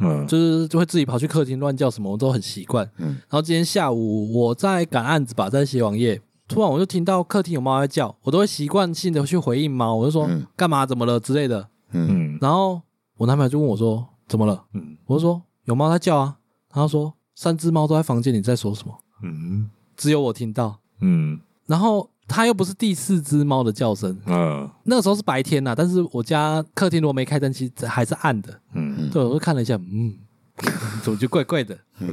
Speaker 2: 嗯，
Speaker 1: 就是就会自己跑去客厅乱叫什么，我都很习惯。
Speaker 3: 嗯
Speaker 1: 然后今天下午我在赶案子吧，在写网页，突然我就听到客厅有猫在叫，我都会习惯性的去回应猫，我就说、
Speaker 3: 嗯
Speaker 1: 干嘛怎么了之类的。
Speaker 3: 嗯，
Speaker 2: 嗯，
Speaker 1: 然后我男朋友就问我说怎么了。
Speaker 2: 嗯，
Speaker 1: 我就说有猫在叫啊，他说三只猫都在房间里在说什么，
Speaker 2: 嗯，
Speaker 1: 只有我听到。
Speaker 2: 嗯，
Speaker 1: 然后他又不是第四只猫的叫声，
Speaker 2: 呃，
Speaker 1: 那个时候是白天呐、啊但是我家客厅如果没开灯，其实还是暗的。
Speaker 2: 嗯，
Speaker 1: 对，我就看了一下，嗯， 怎么就怪怪的？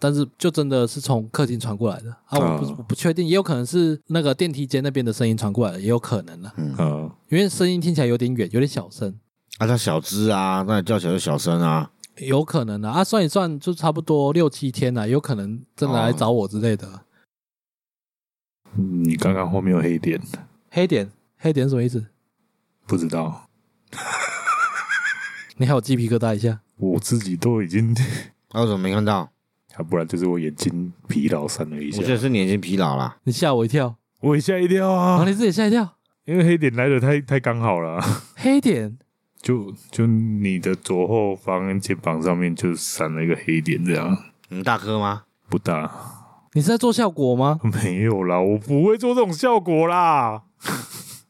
Speaker 1: 但是就真的是从客厅传过来的啊，我不
Speaker 2: 哦
Speaker 1: 我不确定，也有可能是那个电梯间那边的声音传过来的，也有可能啦，
Speaker 2: 呃，
Speaker 1: 因为声音听起来有点远，有点小声，
Speaker 3: 啊，它小只啊，那你叫起来就小声啊，
Speaker 1: 有可能啊。啊，算一算就差不多六七天啊了，有可能真的来
Speaker 3: 哦
Speaker 1: 找我之类的啊。
Speaker 2: 你刚刚后面有黑点，
Speaker 1: 黑点，黑点什么意思？
Speaker 2: 不知道。
Speaker 1: 你还有鸡皮疙瘩一下？
Speaker 2: 我自己都已经，
Speaker 3: 那我怎么没看到？
Speaker 2: 啊，不然就是我眼睛疲劳闪了一
Speaker 3: 我
Speaker 2: 下
Speaker 3: 觉，得是你已经疲劳啦。
Speaker 1: 你吓我一跳，
Speaker 2: 我也吓一跳
Speaker 1: 然后
Speaker 2: 啊！
Speaker 1: 你自己吓一跳。
Speaker 2: 因为黑点来的太太刚好了啊，
Speaker 1: 黑点
Speaker 2: 就就你的左后方跟肩膀上面就闪了一个黑点，这样
Speaker 3: 嗯，大哥吗？
Speaker 2: 不大，
Speaker 1: 你是在做效果吗？
Speaker 2: 没有啦，我不会做这种效果啦。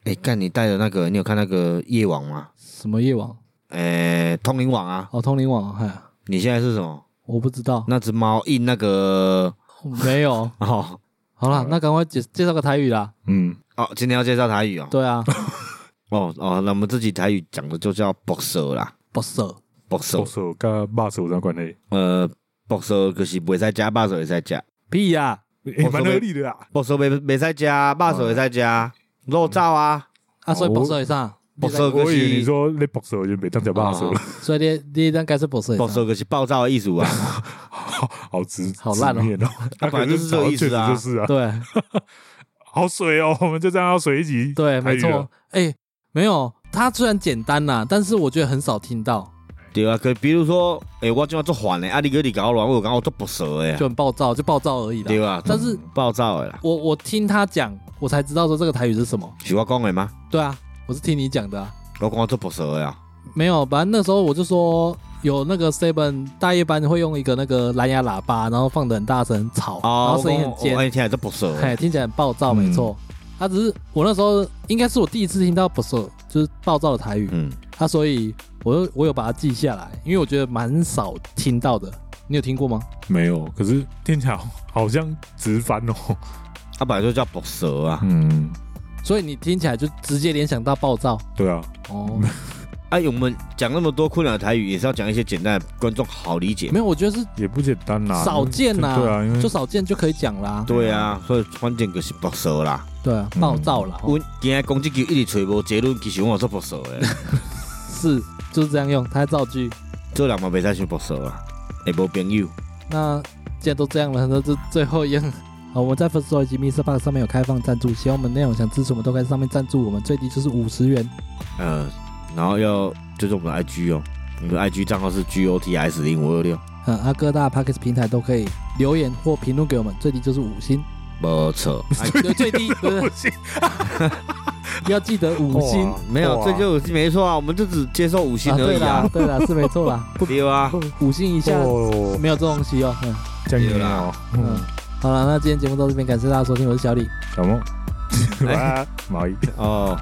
Speaker 3: 哎，干你带的那个，你有看那个夜网吗？
Speaker 1: 什么夜网？
Speaker 3: 呃，通灵网啊，
Speaker 1: 哦，通灵网，哎，
Speaker 3: 你现在是什么？
Speaker 1: 我不知道，
Speaker 3: 那只猫印那个
Speaker 1: 没有。
Speaker 3: 哦
Speaker 1: 好了，那赶快介介绍个台语啦。
Speaker 2: 嗯，
Speaker 3: 哦，今天要介绍台语哦，
Speaker 1: 对啊，
Speaker 3: 哦哦，那我们自己台语讲的就叫 boxer 啦
Speaker 1: 不色
Speaker 2: 左
Speaker 3: ，boxer，
Speaker 2: 手跟把手有啥关系？
Speaker 3: 呃，boxer 就是袂使加，把手也使加
Speaker 1: 屁呀！
Speaker 2: 也蛮合理的啦。
Speaker 3: ，boxer 袂袂使加，把手也使加，肉燥啊
Speaker 1: 啊，所以
Speaker 2: 哦
Speaker 1: 不色以上，
Speaker 2: 我
Speaker 3: ，boxer 就
Speaker 2: 以为你
Speaker 3: 是
Speaker 2: 说那把手就没当讲把手
Speaker 3: 哦，
Speaker 1: 所以你你应该是不色以上。
Speaker 3: boxer 就是暴躁的艺术啊，
Speaker 2: 好直，
Speaker 1: 好烂哦
Speaker 2: 直面哦。那
Speaker 3: 本来就是这
Speaker 2: 早
Speaker 3: 个
Speaker 2: 上
Speaker 3: 意思啊
Speaker 2: 确实就是啊，
Speaker 1: 对
Speaker 2: 好水哦，我们就这样要水一集。
Speaker 1: 对，
Speaker 2: 台
Speaker 1: 没
Speaker 2: 语了
Speaker 1: 错。哎，没有，它虽然简单啦，但是我觉得很少听到，
Speaker 3: 对啊，可比如说，诶，我今晚做反的，啊，你哥你搞乱，我有讲我做 boxer 的
Speaker 1: 就
Speaker 3: 啊，
Speaker 1: 很暴躁，就暴躁而已啦。
Speaker 3: 对啊，
Speaker 1: 但是
Speaker 3: 暴躁的啦，
Speaker 1: 我我听他讲，我才知道说这个台语是什么。
Speaker 3: 是我讲的吗？
Speaker 1: 对啊，我是听你讲的、啊。
Speaker 3: 我讲我做 boxer 的啊，
Speaker 1: 没有，反正那时候我就说有那个 seven 大夜班会用一个那个蓝牙喇叭，然后放的很大声吵，然
Speaker 3: 哦，
Speaker 1: 后声音很尖，
Speaker 3: 哎，听来做 boxer 的
Speaker 1: 嘿，听起来很暴躁，没错。
Speaker 3: 嗯
Speaker 1: 他、只是我那时候应该是我第一次听到不是就是暴躁的台语，
Speaker 3: 嗯，
Speaker 1: 他、所以我又我有把它记下来，因为我觉得蛮少听到的。你有听过吗？
Speaker 2: 没有，可是天桥好像直翻哦。
Speaker 3: 啊，本来就叫 boxer 啊，
Speaker 2: 嗯，
Speaker 1: 所以你听起来就直接联想到暴躁
Speaker 2: 对啊，
Speaker 1: 哦。
Speaker 3: 哎，我们讲那么多困扰的台语，也是要讲一些简单的，观众好理解。
Speaker 1: 没有，我觉得是
Speaker 2: 也不简单啦，
Speaker 1: 少见呐、
Speaker 2: 对啊，因为
Speaker 1: 就少见就可以讲啦。
Speaker 3: 嗯对嗯啊，所以关键就是博蛇啦。
Speaker 1: 对啊，暴躁啦，
Speaker 3: 我今天讲这句一直吹无结论，其实我做博蛇的，
Speaker 1: 是就是这样用，他在造句。
Speaker 3: 做人嘛袂使想博蛇啊，会无朋友。
Speaker 1: 那既然都这样了，那就最后一样。 好，我们在 First Story 及 Mr. Box 上面有开放赞助，喜欢我们内容想支持我们都可以在上面赞助，我们最低就是五十元。
Speaker 3: 呃，然后要追踪我们的 IG 哦，我们的 IG 账号是 GOTS 零五二六，
Speaker 1: 嗯，阿哥大 p a c k e s 平台都可以留言或评论给我们，最低就是五星，
Speaker 3: 没错。哎
Speaker 1: 对，最低不是 要记得五星
Speaker 2: 哇
Speaker 3: 没有，
Speaker 2: 哇
Speaker 3: 这就是没错啊，我们就只接受五星
Speaker 1: 啊，
Speaker 3: 而
Speaker 1: 对
Speaker 3: 已
Speaker 1: 啦
Speaker 3: 啊，，
Speaker 1: 对啦，是没错 啦，不
Speaker 3: 对啊，
Speaker 1: 五星以下
Speaker 2: 哦，
Speaker 1: 没有这东西哦。嗯
Speaker 2: 这样子哦，
Speaker 1: 嗯，好了，那今天节目到这边，感谢大家收听，我是小李，
Speaker 2: 小 梦，晚安，毛衣，
Speaker 3: 哦，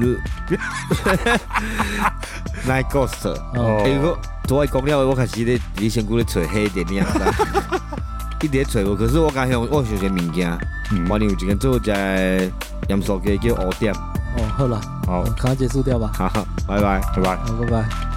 Speaker 3: 是，Night Ghost。
Speaker 1: 哦，
Speaker 3: 哎、我昨下讲了，我开始咧伫身躯咧找黑点点啥， 一直在找无。可是我刚想，我想一个物件，
Speaker 2: 嗯，
Speaker 3: 我有一间做一个盐酥鸡叫乌点，
Speaker 1: 哦，好了，
Speaker 2: 好，
Speaker 1: 赶快结束掉吧，
Speaker 3: 哈哈，拜拜。
Speaker 2: 拜拜。
Speaker 1: 好，拜拜。